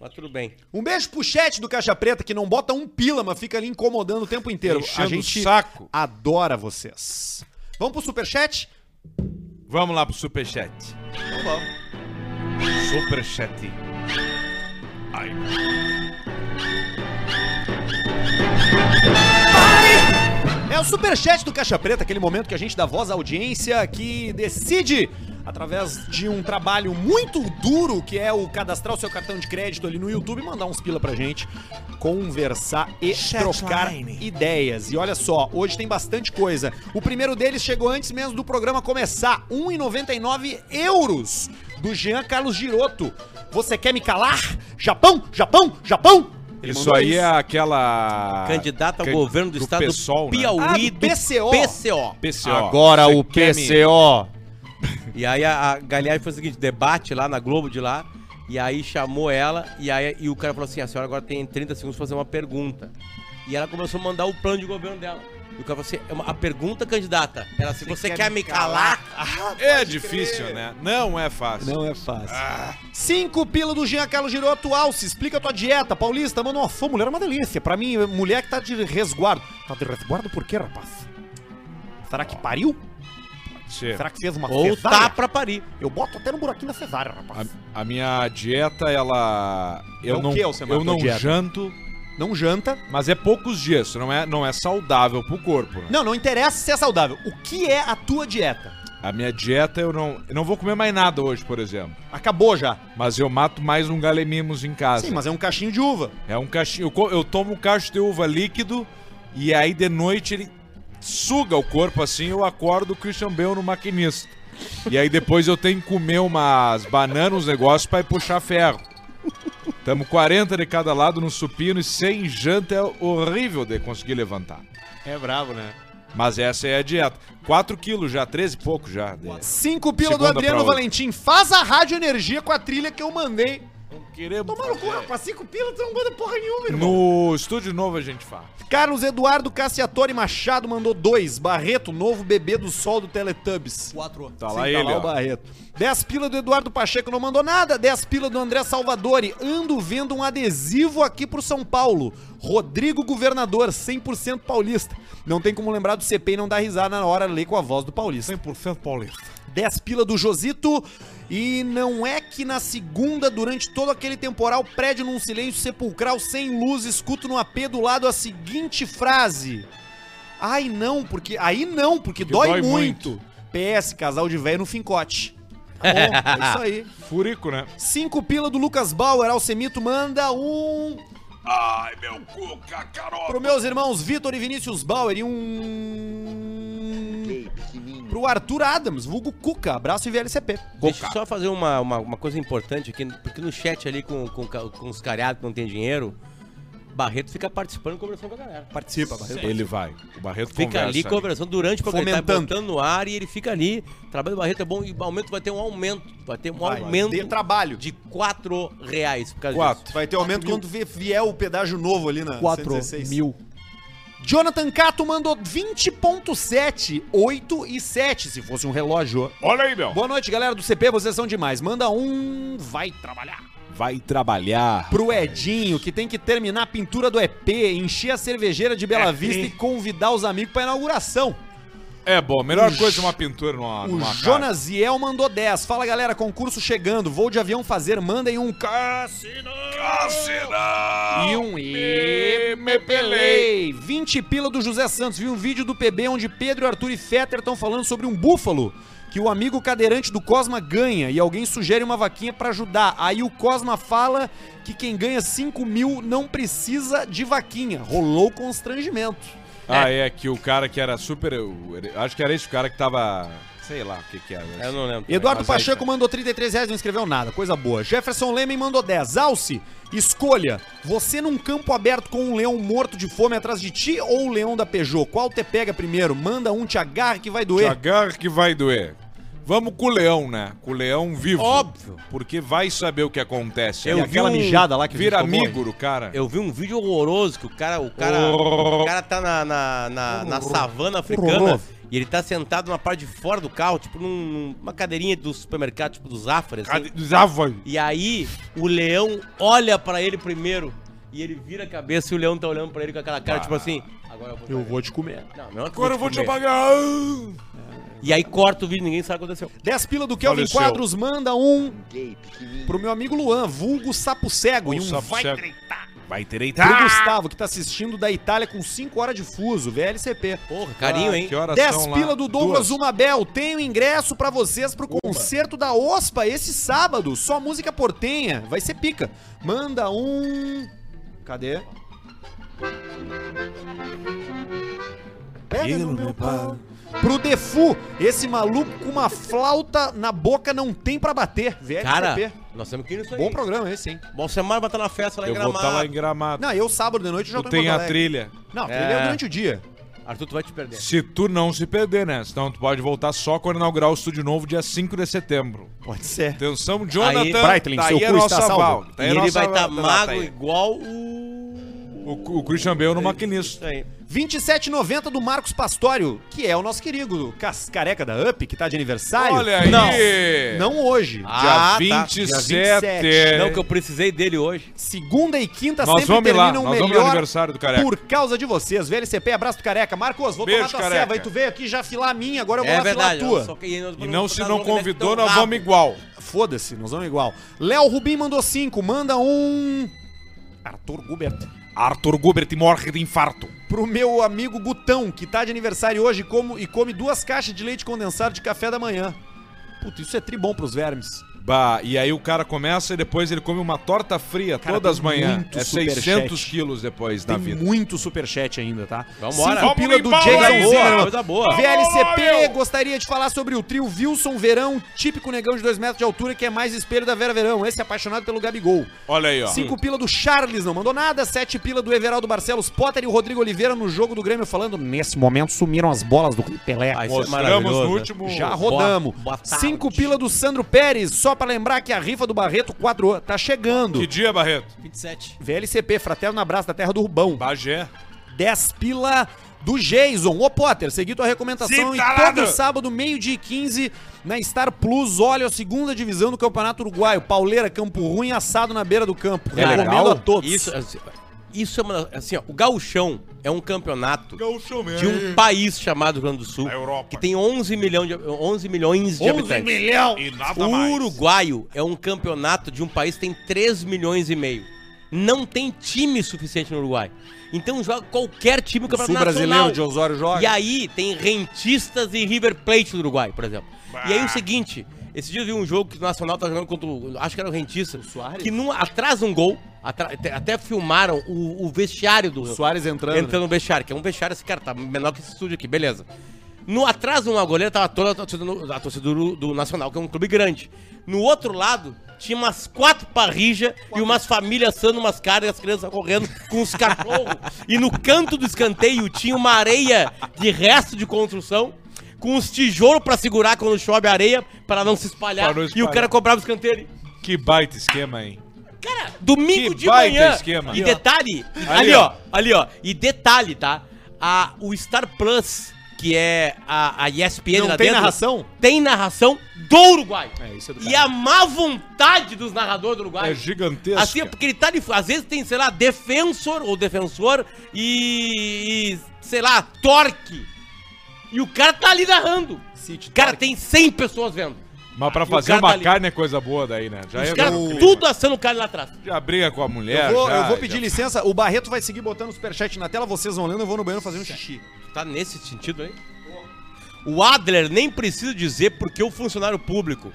C: Mas tudo bem.
A: Um beijo pro chat do Caixa Preta, que não bota um pila, mas fica ali incomodando o tempo inteiro.
B: Enchendo
A: a gente
B: o saco.
A: adora vocês. Vamos pro superchat?
B: Vamos lá pro superchat. Então Superchat.
A: É o superchat do Caixa Preta, aquele momento que a gente dá voz à audiência que decide, através de um trabalho muito duro, que é o cadastrar o seu cartão de crédito ali no YouTube, mandar uns pila pra gente, conversar e trocar ideias. E olha só, hoje tem bastante coisa. O primeiro deles chegou antes mesmo do programa começar: 1,99 euros do Jean Carlos Giroto. Você quer me calar? Japão, Japão, Japão! Ele
B: Isso
A: mandou
B: aí é aquela.
C: Candidato ao
B: Ah, Can-
C: governo do, estado
B: PSOL,
C: do
B: né?
A: Ah,
C: Piauí
A: do PCO.
C: PCO.
B: PCO.
G: Agora
B: Você
G: o
B: quer me-
G: PCO.
C: E aí a, a Galeari foi o seguinte, debate lá na Globo de lá, e aí chamou ela, e aí e o cara falou assim, a senhora agora tem 30 segundos pra fazer uma pergunta. E ela começou a mandar o plano de governo dela. E o cara falou assim, é uma- a pergunta, candidata, era assim, você, quer, me calar?
B: É difícil, né? Não é fácil.
A: Não é fácil. Cinco pila do Jean Carlos Giroto Alce. Explica a tua dieta, Paulista. Mano, uma fã, mulher é uma delícia. Pra mim, mulher que tá de resguardo. Tá de resguardo por quê, rapaz? Será que pariu?
B: Tchê.
A: Será que fez uma
C: Ou
A: cesárea?
C: tá pra parir.
A: Eu boto até no buraquinho da cesárea, rapaz.
B: A, a minha dieta, ela. Eu
A: Então,
B: não,
A: o que é o seu
B: eu não
A: dieta?
B: janto,
A: Não janta.
B: mas é poucos dias. Não é, não é saudável pro corpo, né?
A: Não, não interessa se é saudável. O que é a tua dieta?
B: A minha dieta, eu não. Eu não vou comer mais nada hoje, por exemplo.
A: Acabou já.
B: Mas eu mato mais um galemimos em casa.
A: Sim, mas é um cachinho de uva.
B: É um cachinho. Eu, co- eu tomo um cacho de uva líquido e aí de noite ele suga o corpo assim. Eu acordo o Christian Bale no maquinista. E aí depois eu tenho que comer umas bananas, uns negócios pra ir puxar ferro. Tamo 40 de cada lado no supino e sem janta é horrível de conseguir levantar.
A: É bravo, né?
B: Mas essa é a dieta. 4 quilos já, 13 e pouco já. de-
A: Cinco pila
B: Segunda
A: do Adriano
B: pra outra.
A: Valentim. Faz a rádio energia com a trilha que eu mandei.
B: Queremos
A: Toma no cu, rapaz. Cinco pila, tu não manda porra nenhuma, irmão.
B: No estúdio novo a gente fala.
A: Carlos Eduardo Cassiatore Machado mandou dois. Barreto, novo bebê do sol do Teletubbies. Quatro. Tá
B: lá ele,
A: o
B: ó.
A: Barreto. Dez pila do Eduardo Pacheco, não mandou nada. Dez pila do André Salvadori. Ando vendo um adesivo aqui pro São Paulo. Rodrigo Governador, 100% paulista. Não tem como lembrar do CP e não dar risada na hora, ler com a voz do paulista.
B: 100% paulista.
A: 10 pila do Josito. E não é que na segunda, durante todo aquele temporal, prédio num silêncio sepulcral, sem luz, escuto no AP do lado a seguinte frase. Ai não, porque. Aí não, porque, dói,
B: dói
A: muito. PS, casal de velho no fincote. Tá bom, é isso aí.
B: Furico, né?
A: 5 pila do Lucas Bauer, Alcemito manda um.
B: Ai, meu cu, cacaroto.
A: Pro meus irmãos Vitor e Vinícius Bauer e um. Pro Arthur Adams, vulgo Cuca. Abraço e VLCP.
C: Deixa eu só fazer uma, uma, uma coisa importante aqui, porque no chat ali com, com, ca- com os cariados que não tem dinheiro, Barreto fica participando e conversando com a galera.
A: Participa, Barreto.
B: Ele vai. O Barreto
C: Fica ali conversando durante o programa, ele tá
A: Fomentando.
C: botando no ar e ele fica ali. O trabalho do Barreto é bom e o aumento vai ter um aumento. Vai ter um
A: Vai,
C: aumento
A: ter trabalho.
C: de 4 reais por causa
B: Quatro.
C: disso.
A: Vai ter aumento quando vi- vier o pedágio novo ali na
D: 4 mil.
A: Jonathan Cato mandou 20.7, 8 e 7, se fosse um relógio.
E: Olha aí, meu.
A: Boa noite, galera do CP, vocês são demais. Manda um, vai trabalhar.
B: Vai trabalhar.
A: Pro Edinho, que tem que terminar a pintura do EP, encher a cervejeira de Bela Vista e convidar os amigos pra inauguração.
B: É bom, melhor coisa é uma pintura numa,
A: O
B: numa cara.
A: Jonas Iel mandou 10. Fala, galera, concurso chegando, vou de avião fazer, mandem um cassino. E um e me pelei. 20 pila do José Santos. Vi um vídeo do PB onde Pedro, Arthur e Fetter estão falando sobre um búfalo que o amigo cadeirante do Cosma ganha e alguém sugere uma vaquinha pra ajudar. Aí o Cosma fala que quem ganha 5 mil não precisa de vaquinha. Rolou constrangimento.
B: Ah, é, que o cara que era super... eu- ele- acho que era esse o cara que tava... Sei lá o que que era.
C: Eu não lembro.
A: Eduardo
B: Mas aí,
A: Pacheco mandou 33 reais, não escreveu nada, coisa boa. Jefferson Lemen mandou 10. Alce, escolha. Você num campo aberto com um leão morto de fome atrás de ti ou o leão da Peugeot? Qual te pega primeiro? Manda um, te agarra que vai doer.
B: Agarra que vai doer. Vamos com o leão, né? Com o leão vivo. Óbvio. Porque vai saber o que acontece.
C: Eu
B: Aí
A: E
C: vi
A: aquela
C: um-
A: mijada lá que a gente
B: Vira
A: tomou, hein?
B: amigo do cara.
C: Eu vi um vídeo horroroso que o cara, o cara, o cara tá na, na, na savana africana E ele tá sentado na parte de fora do carro, tipo num- numa cadeirinha do supermercado, tipo do Zafra, assim. E aí, o leão olha pra ele primeiro e ele vira a cabeça e o leão tá olhando pra ele com aquela cara, tipo assim, agora eu vou.
A: Eu vou te comer.
C: Não, não é que
B: Agora eu vou te
C: comer.
B: apagar.
C: E aí corta o vídeo, ninguém sabe o que aconteceu.
A: 10 pila do Kelvin
B: Faleceu.
A: Quadros manda um pro meu amigo Luan, vulgo sapo cego e um vai
B: Vai Vai
A: pro
B: direitar.
A: Gustavo que tá assistindo da Itália com 5 horas de fuso, VLCP.
C: Porra, carinho, hein?
B: Ah, Que horas
A: 10
B: são lá?
A: pila do Douglas
B: Duas.
A: Umabel, tenho ingresso pra vocês pro concerto da OSPA esse sábado, só música portenha, vai ser pica. Manda um... cadê? Pega no meu pau. Pro Defu, esse maluco com uma flauta na boca não tem pra bater, VLCP.
C: Cara, nós temos que ir nisso aí.
A: Bom programa esse, hein?
C: Bom, semana vai estar na festa lá em
B: Eu vou
C: Gramado.
B: estar lá em Gramado.
A: Não, eu sábado de noite já
B: Tu
A: tô
B: tem
C: tá
A: Porto
B: a
A: Alegre.
B: trilha.
A: Não,
C: É.
A: trilha é durante o dia.
C: Arthur, tu vai te perder.
B: Se tu não se perder, né? Senão tu pode voltar só quando inaugurar o estúdio novo dia 5 de setembro.
A: Pode ser.
B: Atenção, Jonathan.
C: Aí-
A: Breitling, seu cu está salvo.
B: val. Tá aí
C: e
B: a
C: ele
B: nossa
C: vai estar
B: val- tá lá, tá
C: magro
B: aí.
C: igual o.
B: O, o Christian Bale no maquinista.
C: Isso aí.
A: 27,90 do Marcos Pastório, que é o nosso querido cas- careca da UP, que tá de aniversário.
B: Olha aí.
A: Não, não hoje.
B: Dia
C: Ah, tá.
B: 27.
A: Dia
B: é-
A: 27.
C: Não, que eu precisei dele hoje.
A: Segunda e quinta
B: Nós
A: sempre
B: vamos lá,
A: terminam
B: nós vamos no
A: melhor
B: aniversário do Careca.
A: por causa de vocês. VLCP, abraço do Careca. Marcos, vou
B: Beijo,
A: tomar tua
B: Careca.
A: ceva e tu veio aqui já filar a minha, agora eu vou lá filar a
C: É eu
A: tua.
C: só que-
B: E não, se
C: botar
B: não
C: logo, né,
B: convidou,
C: que tão
B: nós vamos
C: brabo.
B: igual.
A: Foda-se, nós vamos igual. Léo Rubim mandou cinco, manda um... Arthur Gubert.
B: Arthur Gubert morre de infarto.
A: pro meu amigo Gutão, que tá de aniversário hoje e como, e come duas caixas de leite condensado de café da manhã. Puta, isso é tri bom pros vermes.
B: Bah, e aí o cara começa e depois ele come uma torta fria
A: Cara,
B: todas as
A: tem
B: manhãs.
A: muito
B: É
A: superchat.
B: 600 quilos depois da
A: Tem
B: vida.
A: muito superchat ainda, tá?
C: Vambora.
A: Cinco
C: Vamos
A: pila do
E: embora,
A: Jason
E: hein?
A: Zimmerman.
C: Coisa boa.
A: VLCP, gostaria de falar sobre o trio Wilson Verão, típico negão de 2 metros de altura, que é mais espelho da Vera Verão. Esse é apaixonado pelo Gabigol.
B: Olha
C: Tá.
B: aí, ó.
A: 5 pila do Charles, não mandou nada. 7 pila do Everaldo Barcelos Potter e o Rodrigo Oliveira no jogo do Grêmio, falando: nesse momento sumiram as bolas do Pelé.
C: Ah, isso é
B: Mostramos
C: maravilhoso,
B: no
C: né?
B: último.
A: Já rodamos.
C: Boa- boa tarde.
A: Cinco pila do Sandro Pérez, só pra lembrar que a rifa do Barreto 4 tá chegando.
B: Que dia, Barreto?
D: 27.
A: VLCP, fraterno abraço da terra do Rubão.
B: Bagé.
A: 10 pila do Jason. Ô Potter, segui tua recomendação e
B: Citarado.
A: todo sábado, meio-dia e 15, na Star Plus, olha a segunda divisão do Campeonato Uruguaio. Pauleira, Campo Ruim, assado na beira do campo.
B: É
C: Cara,
A: Recomendo a todos.
C: Isso, assim, isso é uma. Assim, ó, o Gauchão é um campeonato
B: Gaúcho
C: de um país chamado Rio Grande do Sul,
B: A Europa.
C: que tem 11, milhão de, 11 milhões de
E: 11
C: habitantes.
E: milhão.
B: E nada
C: O
B: mais.
C: uruguaio é um campeonato de um país que tem 3 milhões e meio. Não tem time suficiente no Uruguai. Então joga qualquer time do
A: O Sul
C: campeonato
A: brasileiro
C: nacional.
A: de Osório joga.
C: E aí tem rentistas e River Plate do Uruguai, por exemplo. E aí o seguinte, esse dia eu vi um jogo que o Nacional tá jogando contra o, acho que era o rentista, que num, atrás um gol, atra- até, até filmaram o, o vestiário do
A: Soares entrando.
C: entrando no vestiário, que é um vestiário, esse cara tá menor que esse estúdio aqui, beleza. No atrás, uma goleira tava toda a torcida, do- a torcida do, do Nacional, que é um clube grande. No outro lado, tinha umas quatro parrijas e umas famílias assando umas caras e as crianças correndo com os cachorros. e no canto do escanteio tinha uma areia de resto de construção. Com os tijolos pra segurar quando chove a areia, pra não se espalhar.
B: Pra não
C: E o
B: espalhar.
C: cara cobrava o escanteio.
B: Que baita esquema, hein?
C: Cara, domingo
B: Que
C: de
B: baita
C: manhã.
B: esquema.
C: E
B: Ali, ó.
C: detalhe, ali,
B: Ali,
C: ó,
B: ó.
C: ali ó, e detalhe, tá? A, o Star Plus, que é a, a ESPN
A: Não
C: lá
A: tem
C: dentro,
A: narração?
C: tem narração do Uruguai.
A: É, isso é do
C: e a má vontade dos narradores do Uruguai.
B: É gigantesco.
C: Assim, ó, porque ele tá ali, às vezes tem, sei lá, defensor ou defensor e, e, sei lá, torque. E o cara tá ali narrando.
A: City,
C: Cara,
A: Torque.
C: tem 100 pessoas vendo.
B: Mas pra
C: o
B: fazer
C: cara
B: uma
C: tá ali.
B: carne é coisa boa daí, né? Já
C: Os
B: é
C: caras
B: bom clima.
C: tudo assando o cara lá atrás.
B: Já briga com a mulher.
A: Eu vou,
B: é, já-
A: eu vou pedir
B: já-
A: licença, o Barreto vai seguir botando o superchat na tela, vocês vão lendo, eu vou no banheiro fazer um xixi.
C: Tá nesse sentido aí? O Adler nem precisa dizer porque o funcionário público.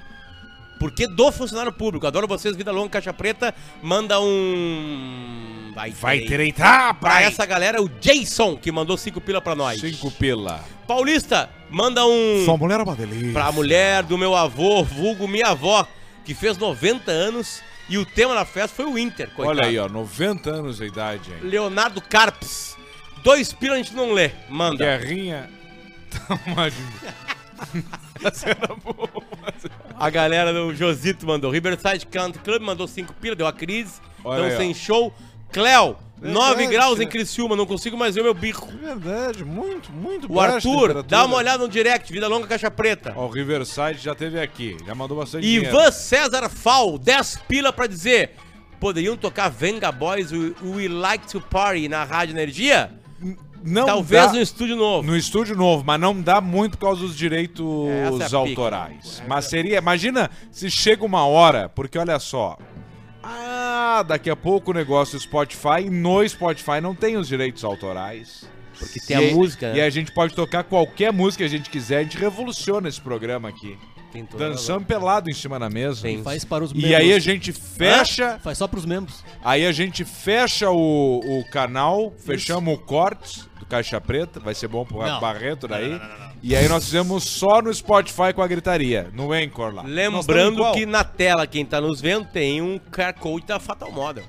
C: Porque do funcionário público. Adoro vocês, Vida Longa, Caixa Preta. Manda um. Vai,
B: Vai
C: ter.
B: direitar,
C: Pra
B: pai!
C: essa galera, o Jason, que mandou cinco pila
A: é
C: pra nós.
B: Cinco pila.
C: Paulista, manda um.
B: Sua mulher é uma delícia.
C: Pra mulher do meu avô, vulgo minha avó, que fez 90 anos. E o tema da festa foi o Inter,
B: Olha aí, ó, 90 anos de idade, hein?
C: Leonardo Carpes. Dois pila a gente não lê. Manda.
B: Guerrinha. Imagina.
C: A galera do Josito mandou. Riverside Country Club mandou 5 pila, deu a crise.
B: Olha
C: Então
B: aí,
C: sem show. Cléo, 9
B: Verdade,
C: graus
B: né?
C: em Criciúma, não consigo mais ver meu bico.
B: Verdade, muito, muito
C: O
B: baixa
C: Arthur, dá
B: temperatura.
C: uma olhada no direct, Vida Longa Caixa Preta.
B: Ó, o Riverside já teve aqui, já mandou bastante dinheiro.
C: Ivan César Fal, 10 pila pra dizer. Poderiam tocar Venga Boys, We, We Like to Party na Rádio Energia?
B: Não
C: Talvez
B: dá-
C: no estúdio novo.
B: No estúdio novo, mas não dá muito por causa dos
C: Essa é a
B: direitos
C: pica.
B: autorais. Mas seria. Imagina se chega uma hora, porque olha só. Ah, daqui a pouco o negócio do Spotify. e No Spotify não tem os direitos autorais.
C: Porque
B: E aí-
C: né?
B: E a gente pode tocar qualquer música que a gente quiser. A gente revoluciona esse programa aqui.
C: Tem toda a
B: Dançando pelado em cima da mesa.
C: Tem.
G: Faz para os membros.
B: E aí a gente fecha.
G: Faz só pros membros.
B: Aí a gente fecha o, o canal, fechamos o corte do Caixa Preta, vai ser bom pro
G: Não.
B: Barreto daí. E aí nós fizemos só no Spotify com a gritaria, no Anchor lá.
C: Lembrando que na tela, quem tá nos vendo, tem um QR Code da Fatal Model.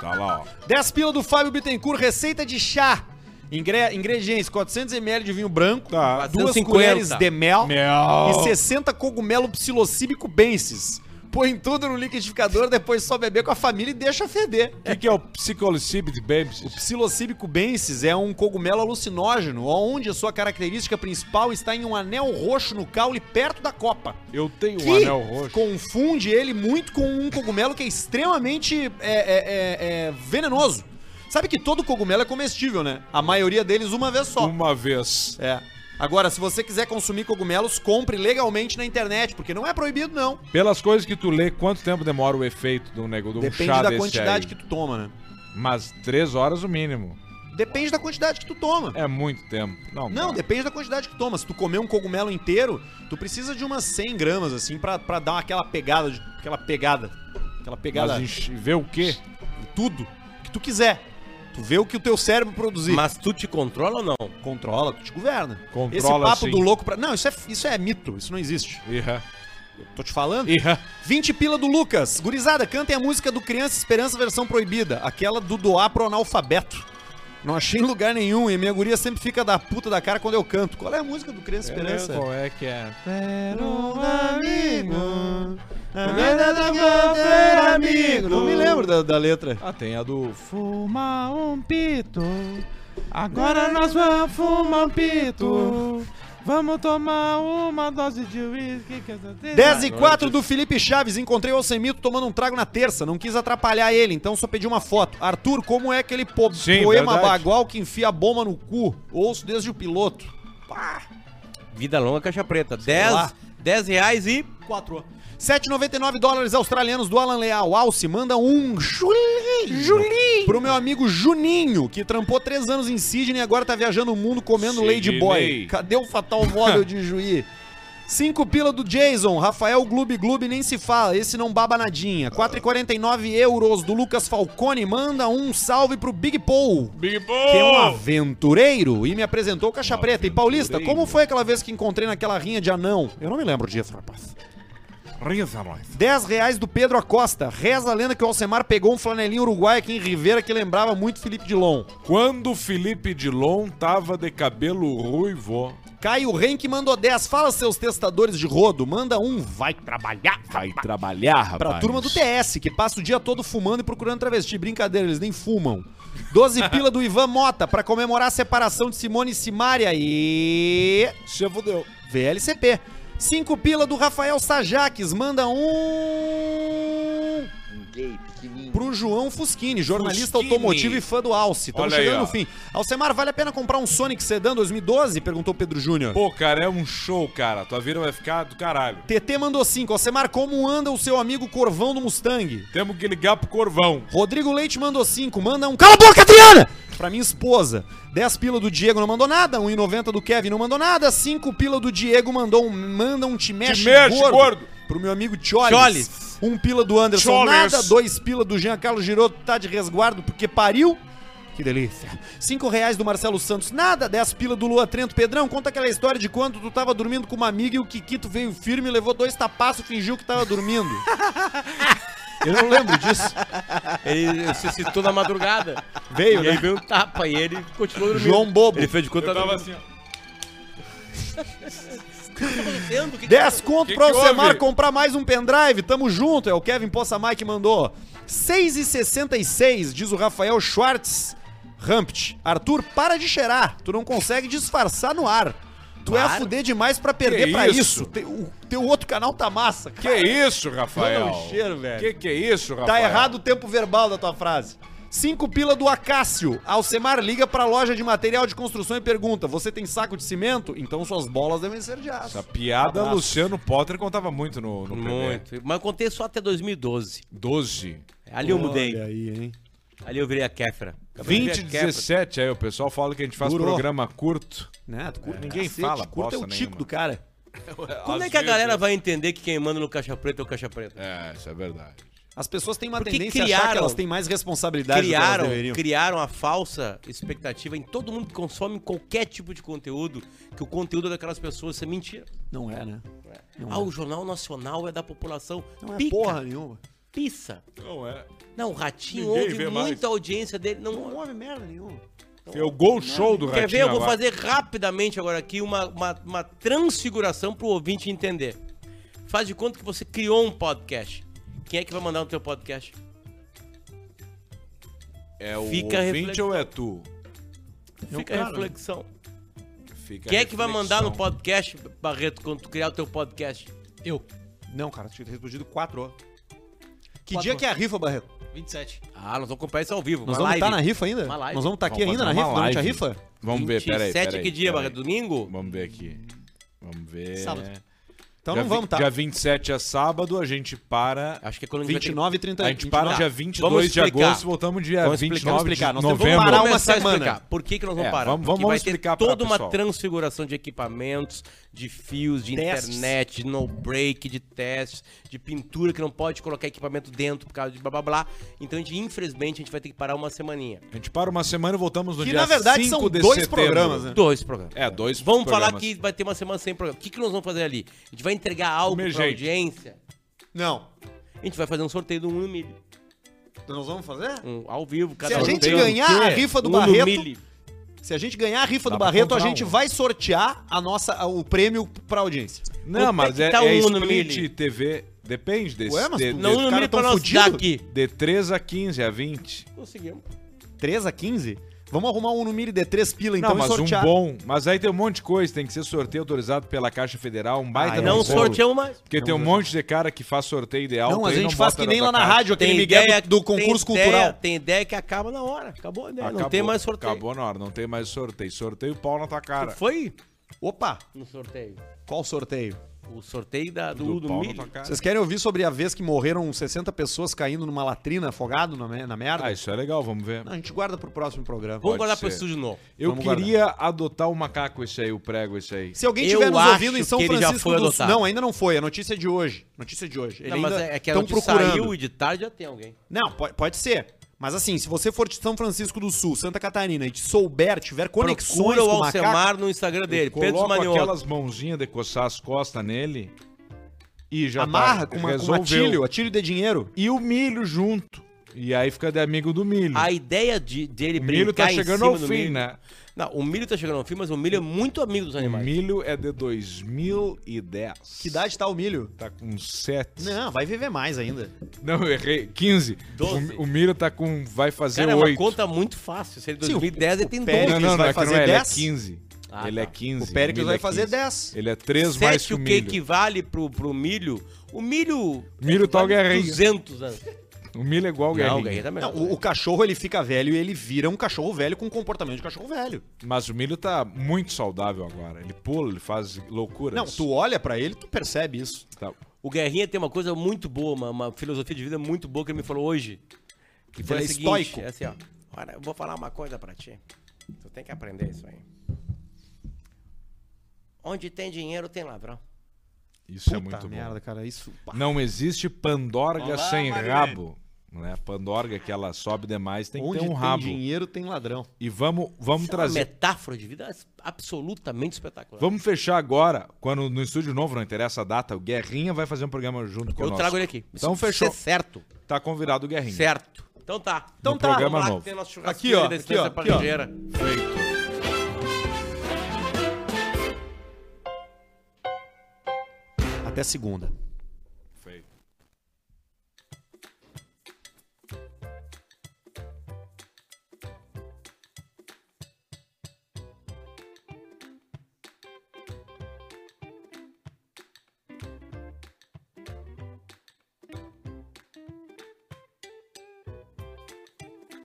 B: Tá lá, ó.
A: 10 pila do Fábio Bittencourt, receita de chá. Ingre- Ingredientes: 400ml de vinho branco,
B: Tá.
A: duas
C: 450.
A: colheres de mel,
B: Mel.
A: e 60 cogumelo psilocíbico bensis. Põe tudo no liquidificador, depois só beber com a família e deixa feder.
B: O que, que é o Psicolocib de
A: O
B: Babies?
A: psilocíbico bensis é um cogumelo alucinógeno, onde a sua característica principal está em um anel roxo no caule perto da copa.
B: Eu tenho um
A: que
B: anel roxo.
A: confunde ele muito com um cogumelo que é extremamente é, é, é, é, venenoso. Sabe que todo cogumelo é comestível, né? A maioria deles uma vez só.
B: Uma vez.
A: É. Agora, se você quiser consumir cogumelos, compre legalmente na internet, porque não é proibido, não.
B: Pelas coisas que tu lê, quanto tempo demora o efeito um do negócio do
A: Depende
B: chá
A: da
B: desse
A: quantidade
B: aí?
A: que tu toma, né?
B: Mas três horas o mínimo.
A: Depende da quantidade que tu toma.
B: É muito tempo. Não,
A: Não,
B: dá.
A: depende da quantidade que tu toma. Se tu comer um cogumelo inteiro, tu precisa de umas 100 gramas, assim, pra, pra dar aquela pegada, de- aquela pegada, aquela pegada...
B: Mas enche- vê o quê?
A: tudo que tu quiser. Tu vê o que o teu cérebro produzir.
C: Mas tu te controla ou não?
A: Controla, tu te governa.
B: Controla,
A: Esse papo
B: sim.
A: do louco pra. Não, isso é, isso é mito, isso não existe.
B: Irra.
A: Eu tô te falando.
B: Irra.
A: 20 pila do Lucas. Gurizada, cantem a música do Criança Esperança versão proibida. Aquela do doar pro analfabeto. Não achei em lugar nenhum e minha guria sempre fica da puta da cara quando eu canto. Qual é a música do Criança Esperança? um
B: Qual é que é?
A: é Não me lembro da, da letra.
B: Ah, tem a do.
G: Fuma um pito. Agora nós vamos fumar um pito. Vamos tomar uma dose de uísque.
A: 10
B: Ah,
A: e
B: é
A: 4 do Felipe Chaves. Encontrei o Alcemito tomando um trago na terça. Não quis atrapalhar ele, então só pedi uma foto. Arthur, como é aquele po-
B: Sim,
A: poema
B: verdade.
A: bagual que enfia a bomba no cu? Ouço desde o piloto.
C: Vida Longa Caixa Preta.
A: lá.
C: 10, 10 reais e
A: 4. 7,99 dólares australianos do Alan Leal. Alce, manda um Julinho. Pro meu amigo Juninho, que trampou 3 anos em Sydney e agora tá viajando o mundo comendo
B: Sydney.
A: Ladyboy. Cadê o Fatal Model de Juí? 5 pila do Jason, Rafael Gloob Gloob nem se fala, esse não baba nadinha. 4,49 euros do Lucas Falcone, manda um salve pro Big Paul.
E: Big
A: Que é
B: Oh.
A: um
E: Boom!
A: aventureiro e me apresentou o Caixa Preta. E Paulista, como foi aquela vez que encontrei naquela rinha de anão? Eu não me lembro disso, rapaz.
B: Reza nós.
A: 10 reais do Pedro Acosta. Reza a lenda que o Alcemar pegou um flanelinho uruguaio aqui em Rivera que lembrava muito Felipe Dilon.
B: Quando o Felipe Dilon tava de cabelo ruivo,
A: Caio Renck mandou 10. Fala, seus testadores de rodo. Manda um, vai trabalhar.
B: vai trabalhar, rapaz.
A: Pra turma do TS, que passa o dia todo fumando e procurando travesti. Brincadeira, eles nem fumam. 12 pila do Ivan Mota pra comemorar a separação de Simone e Simária e.
B: Se fudeu.
A: VLCP. 5 pila do Rafael Sajaques. Manda um. Pro João Fusquini, jornalista
B: Fusquini.
A: automotivo e fã do Alce. Estamos
B: Olha aí,
A: chegando no
B: ó.
A: fim. Alcemar, vale a pena comprar um Sonic Sedan 2012? Perguntou Pedro Júnior.
B: Pô, cara, é um show, cara. Tua vida vai ficar do caralho.
A: TT mandou 5. Alcemar, como anda o seu amigo Corvão do Mustang?
B: Temos que ligar pro Corvão.
A: Rodrigo Leite mandou 5. Manda um. Cala a boca, Adriana! Pra minha esposa. 10 pila do Diego não mandou nada. 1,90 do Kevin não mandou nada. 5 pila do Diego mandou um. Manda um te mexe,
B: mexe, gordo.
A: Pro meu amigo Cholis.
C: Cholis.
A: Um pila do Anderson
B: Cholis.
A: nada. 2 pila do Jean Carlos Giroto tá de resguardo porque pariu. Que delícia. 5 reais do Marcelo Santos, nada. 10 pila do Lua Trento. Pedrão, conta aquela história de quando tu tava dormindo com uma amiga e o Kikito veio firme, levou dois tapaços e fingiu que tava dormindo. Eu não lembro disso.
C: ele se citou na madrugada.
A: Veio,
C: E aí
A: né?
C: veio um tapa e ele continuou dormindo.
A: João Bobo.
B: assim,
C: Ele fez de conta
E: Eu tava
C: tava...
E: assim, ó.
C: tá acontecendo? O que que
A: 10 conto
B: Que
A: pra
B: que
A: Alcemar
B: houve?
A: comprar mais um pendrive, tamo junto, é o Kevin Possamay que mandou. 6,66, diz o Rafael Schwartz. Rampt, Arthur, para de cheirar, tu não consegue disfarçar no ar. Tu é a
C: Claro.
A: fuder demais pra perder
B: Que
A: pra
B: isso?
A: isso. Te- o teu outro canal tá massa.
B: Que isso, Rafael?
A: Manda um cheiro, velho.
B: Que que é isso, Rafael?
A: Tá errado o tempo verbal da tua frase. Cinco pila do Acácio. Alcemar liga pra loja de material de construção e pergunta: Você tem saco de cimento? Então suas bolas devem ser de aço.
B: Essa piada
A: Abraço.
B: Luciano Potter contava muito no, no Muito.
C: Muito. Mas eu contei só até 2012.
B: 12.
C: Ali eu mudei.
A: aí, hein?
C: Ali eu virei a Kéfera. Eu virei a
B: 20
C: Kéfera.
B: 17 aí, o pessoal fala que a gente faz
A: Durou.
B: programa curto.
A: Né? Tu curta,
B: ninguém
A: cacete,
B: fala
A: Curta é o
B: bosta
A: tico
B: nenhuma.
A: do cara.
C: Quando
B: Às
C: é que a
B: vezes,
C: galera vai entender que quem manda no caixa preta é o caixa preta?
B: É, isso é verdade.
A: As pessoas têm uma
C: Porque
A: tendência a achar
C: criaram-
A: que elas têm mais responsabilidade do que
C: criaram,
A: elas deveriam.
C: criaram a falsa expectativa em todo mundo que consome qualquer tipo de conteúdo, que o conteúdo é daquelas pessoas, isso é mentira.
A: Não é, né? Não
C: Ah, o Jornal Nacional é da população.
A: Não é
C: Pica,
A: porra nenhuma.
C: pissa.
B: Não é.
C: Não, o Ratinho
B: Ninguém
C: ouve
B: vê
C: muita
B: mais.
C: audiência dele. Não,
A: Não houve merda nenhuma.
B: Foi o gol show do
C: Quer
B: Ratinho
C: ver? Eu vou
B: agora.
C: fazer rapidamente agora aqui uma, uma, uma transfiguração pro ouvinte entender. Faz de conta que você criou um podcast. Quem é que vai mandar no teu podcast?
B: É o
C: Fica a
B: ouvinte ou é tu? É um
C: Fica a reflexão.
B: Fica né? a
C: Quem é que vai mandar no
B: reflexão.
C: podcast, Barreto, quando tu criar o teu podcast?
H: Eu,
A: Não, cara, tinha respondido quatro. ó. Que
H: Quatro.
A: dia que é a rifa, Barreto?
H: 27.
C: Ah, nós vamos comprar isso ao vivo.
A: Nós
C: uma
A: vamos
C: live.
A: estar na rifa ainda?
C: Uma live.
A: Nós vamos estar aqui
B: Vamos
A: ainda na
B: fazer
A: rifa,
B: uma
A: durante a
B: live.
A: rifa?
B: tá Vamos ver, peraí,
C: 27
B: peraí.
C: que
B: peraí.
C: dia, Barreto? Domingo?
B: Vamos ver aqui. Vamos ver. É.
H: Sábado.
A: Então
B: dia
A: não vamos,
B: vi-
A: tá?
B: Dia 27 é sábado, a gente para.
C: Acho que é quando a gente vai ter-
A: 29 e 30
B: A gente para dia 29
C: Vamos
B: de
C: explicar.
B: agosto, voltamos dia
A: Vamos explicar,
B: 29
A: vamos explicar.
B: de
A: Nós temos um que
B: novembro.
A: parar uma
C: Começar a
A: semana.
C: explicar. Por que, que nós vamos
B: É,
C: parar?
B: vamos-
C: Porque
B: vamos
C: vai ter
B: explicar pra
C: toda uma
B: pessoal.
C: transfiguração de equipamentos, de fios, de
A: Testes.
C: internet, de no break, de testes, de pintura que não pode colocar equipamento dentro por causa de blá blá blá. Então, a gente, infelizmente, a gente vai ter que parar uma semaninha.
B: A gente para uma semana e voltamos no
A: Que
B: dia
A: na
B: 5
A: verdade são
B: de
A: dois
B: setembro.
A: programas, né?
C: Dois programas.
B: É, dois
C: Vamos
B: programas.
C: falar que vai ter uma semana sem programa. O que, que nós vamos fazer ali? A gente vai entregar algo
B: Comer
C: pra
B: gente.
C: audiência.
A: Não.
C: A gente vai fazer um sorteio do 1 no milho.
A: Então nós vamos fazer?
C: Um ao vivo,
A: Se
C: cada
A: a
C: um
A: gente
C: tem um
A: ganhar
B: quê?
A: a rifa do
C: no
A: Barreto,
C: milho.
A: se a gente ganhar a rifa
B: Dá
A: do
B: pra
A: Barreto, a
B: comprar
A: gente
B: um.
A: vai sortear a nossa, o prêmio pra audiência.
B: Não, mas
C: que
B: é,
C: tá
B: é
C: um no
B: split
C: milho?
B: TV. Depende desse.
A: Ué, mas
B: de,
A: tu-
B: de,
C: Não,
A: Os
C: no
A: caras
C: milho pra
A: tão
C: nós dar
A: fudido.
C: aqui.
B: de 3 a 15, a 20.
C: Conseguimos.
A: 3 a 15? Vamos arrumar um no Miri de 3 pila então
B: não, mas
A: e sortear.
B: um bom. Mas aí tem um monte de coisa. Tem que ser sorteio autorizado pela Caixa Federal. Um baita
A: Ah, é.
B: de um
C: Não
B: bolo.
C: sorteamos mais.
B: Porque tem um monte de cara que faz sorteio ideal.
A: Não,
B: tu
A: mas
B: aí
A: a gente faz
B: bota
A: que nem
B: tua
A: lá na
B: caixa.
A: rádio, aquele
C: Tem
A: Miguel
C: ideia-
A: do, do concurso
C: tem ideia-
A: cultural.
C: tem ideia que acaba na hora. Acabou a ideia. não
B: Acabou,
C: tem mais sorteio.
B: Acabou na hora, não tem mais sorteio. Sorteio pau na tua cara.
C: Foi
A: Opa,
C: no sorteio.
A: qual sorteio?
C: O sorteio da, do, do,
B: pau na tua
C: milho.
B: cara.
A: Vocês querem ouvir sobre a vez que morreram 60 pessoas caindo numa latrina afogado na, me- na merda?
B: Ah, isso é legal, vamos ver.
A: Não, a gente guarda pro próximo programa.
C: Vamos guardar
B: ser.
C: pra isso de novo.
B: Eu
A: Vamos
B: queria adotar o macaco esse aí, o prego esse aí.
A: Se alguém
C: Eu
A: estiver nos
C: acho
A: ouvindo em São
C: que ele já
A: Francisco
C: foi
A: do Sul.
C: adotado.
A: Não, ainda não foi. A notícia é de hoje. Notícia de hoje. Ele
C: Não, mas
A: ainda
C: é é que a
A: tão
C: notícia
A: procurando.
C: saiu e de tarde já tem alguém.
A: Não, pode, pode ser. Mas assim, se você for de São Francisco do Sul, Santa Catarina e te souber, tiver conexões
C: Procura o
A: com o macaco,
C: Alcemar no Instagram dele. Pedro
B: Coloco
C: Maniola.
B: aquelas mãozinhas de coçar as costas nele e já tá-
A: amarra com, uma, com um
B: resolveu.
A: atilho, atilho de dinheiro.
B: E o milho junto. E aí fica de amigo do milho.
C: A ideia de, dele
B: o milho
C: brincar
B: tá
C: em
B: chegando
C: cima
B: ao
C: do
B: fim,
C: milho.
B: né?
C: Não, o milho tá chegando ao fim, mas o milho é muito amigo dos
B: O
C: animais.
B: milho é de 2010.
A: Que idade tá o milho?
B: Tá com 7.
A: Não, vai viver mais ainda.
B: Não, eu errei. 15.
C: Doze.
B: O, o milho tá com. Vai fazer
C: Cara, é uma
B: 8.
C: conta muito fácil. Se ele
A: Sim, o-
C: 2010, ele tem
A: o Pérez-
C: dois.
B: Não, não, não,
A: vai
B: é que não
A: fazer
B: é, ele é
A: 10?
B: 15.
C: Ah,
B: ele é
C: tá.
B: 15.
A: O Péricles
B: milho
A: vai
B: é
A: fazer
B: 15.
A: 10.
B: Ele é 3 mais
C: Sete
B: que o
C: o que
B: milho.
C: equivale pro, pro milho? O milho.
B: Milho tá o
C: vale
B: Guerrinha.
C: 200 anos.
B: O milho é igual o
C: Não, o
B: Guerrinha.
C: Guerrinha tá melhor.
A: Não, o, o cachorro ele fica velho e ele vira um cachorro velho com comportamento de cachorro velho.
B: Mas o milho tá muito saudável agora. Ele pula, ele faz loucuras.
A: Não, tu olha pra ele, tu percebe isso.
B: Tá.
C: O Guerrinha tem uma coisa muito boa, uma, uma filosofia de vida muito boa que ele me falou hoje. Que foi
A: Ele
C: a
A: é
C: seguinte,
A: estoico.
C: é assim, ó. Olha, eu vou falar uma coisa pra ti. Tu tem que aprender isso aí. Onde tem dinheiro, tem ladrão.
B: Isso é muito bom.
A: cara, isso... pá.
B: Não existe pandorga sem rabo. Né? A pandorga que ela sobe demais tem
A: Onde
B: que ter um
A: tem
B: rabo.
A: dinheiro tem ladrão.
B: E vamos, vamos
C: Isso é
B: trazer.
C: uma metáfora de vida absolutamente espetacular.
B: Vamos fechar agora, quando no estúdio novo, não interessa a data, o Guerrinha vai fazer um programa junto conosco.
C: Eu trago ele aqui.
B: Então
C: Isso-
B: fechou.
C: isso é certo.
B: Tá convidado o Guerrinha.
C: Certo. Então tá.
B: Então tá. programa
C: Vamos lá,
B: novo.
C: tem nosso
A: Aqui, ó,
C: churrasquinho da
A: aqui,
C: Estância
A: ó, aqui, ó.
C: Parreira.
B: Feito.
A: Até segunda.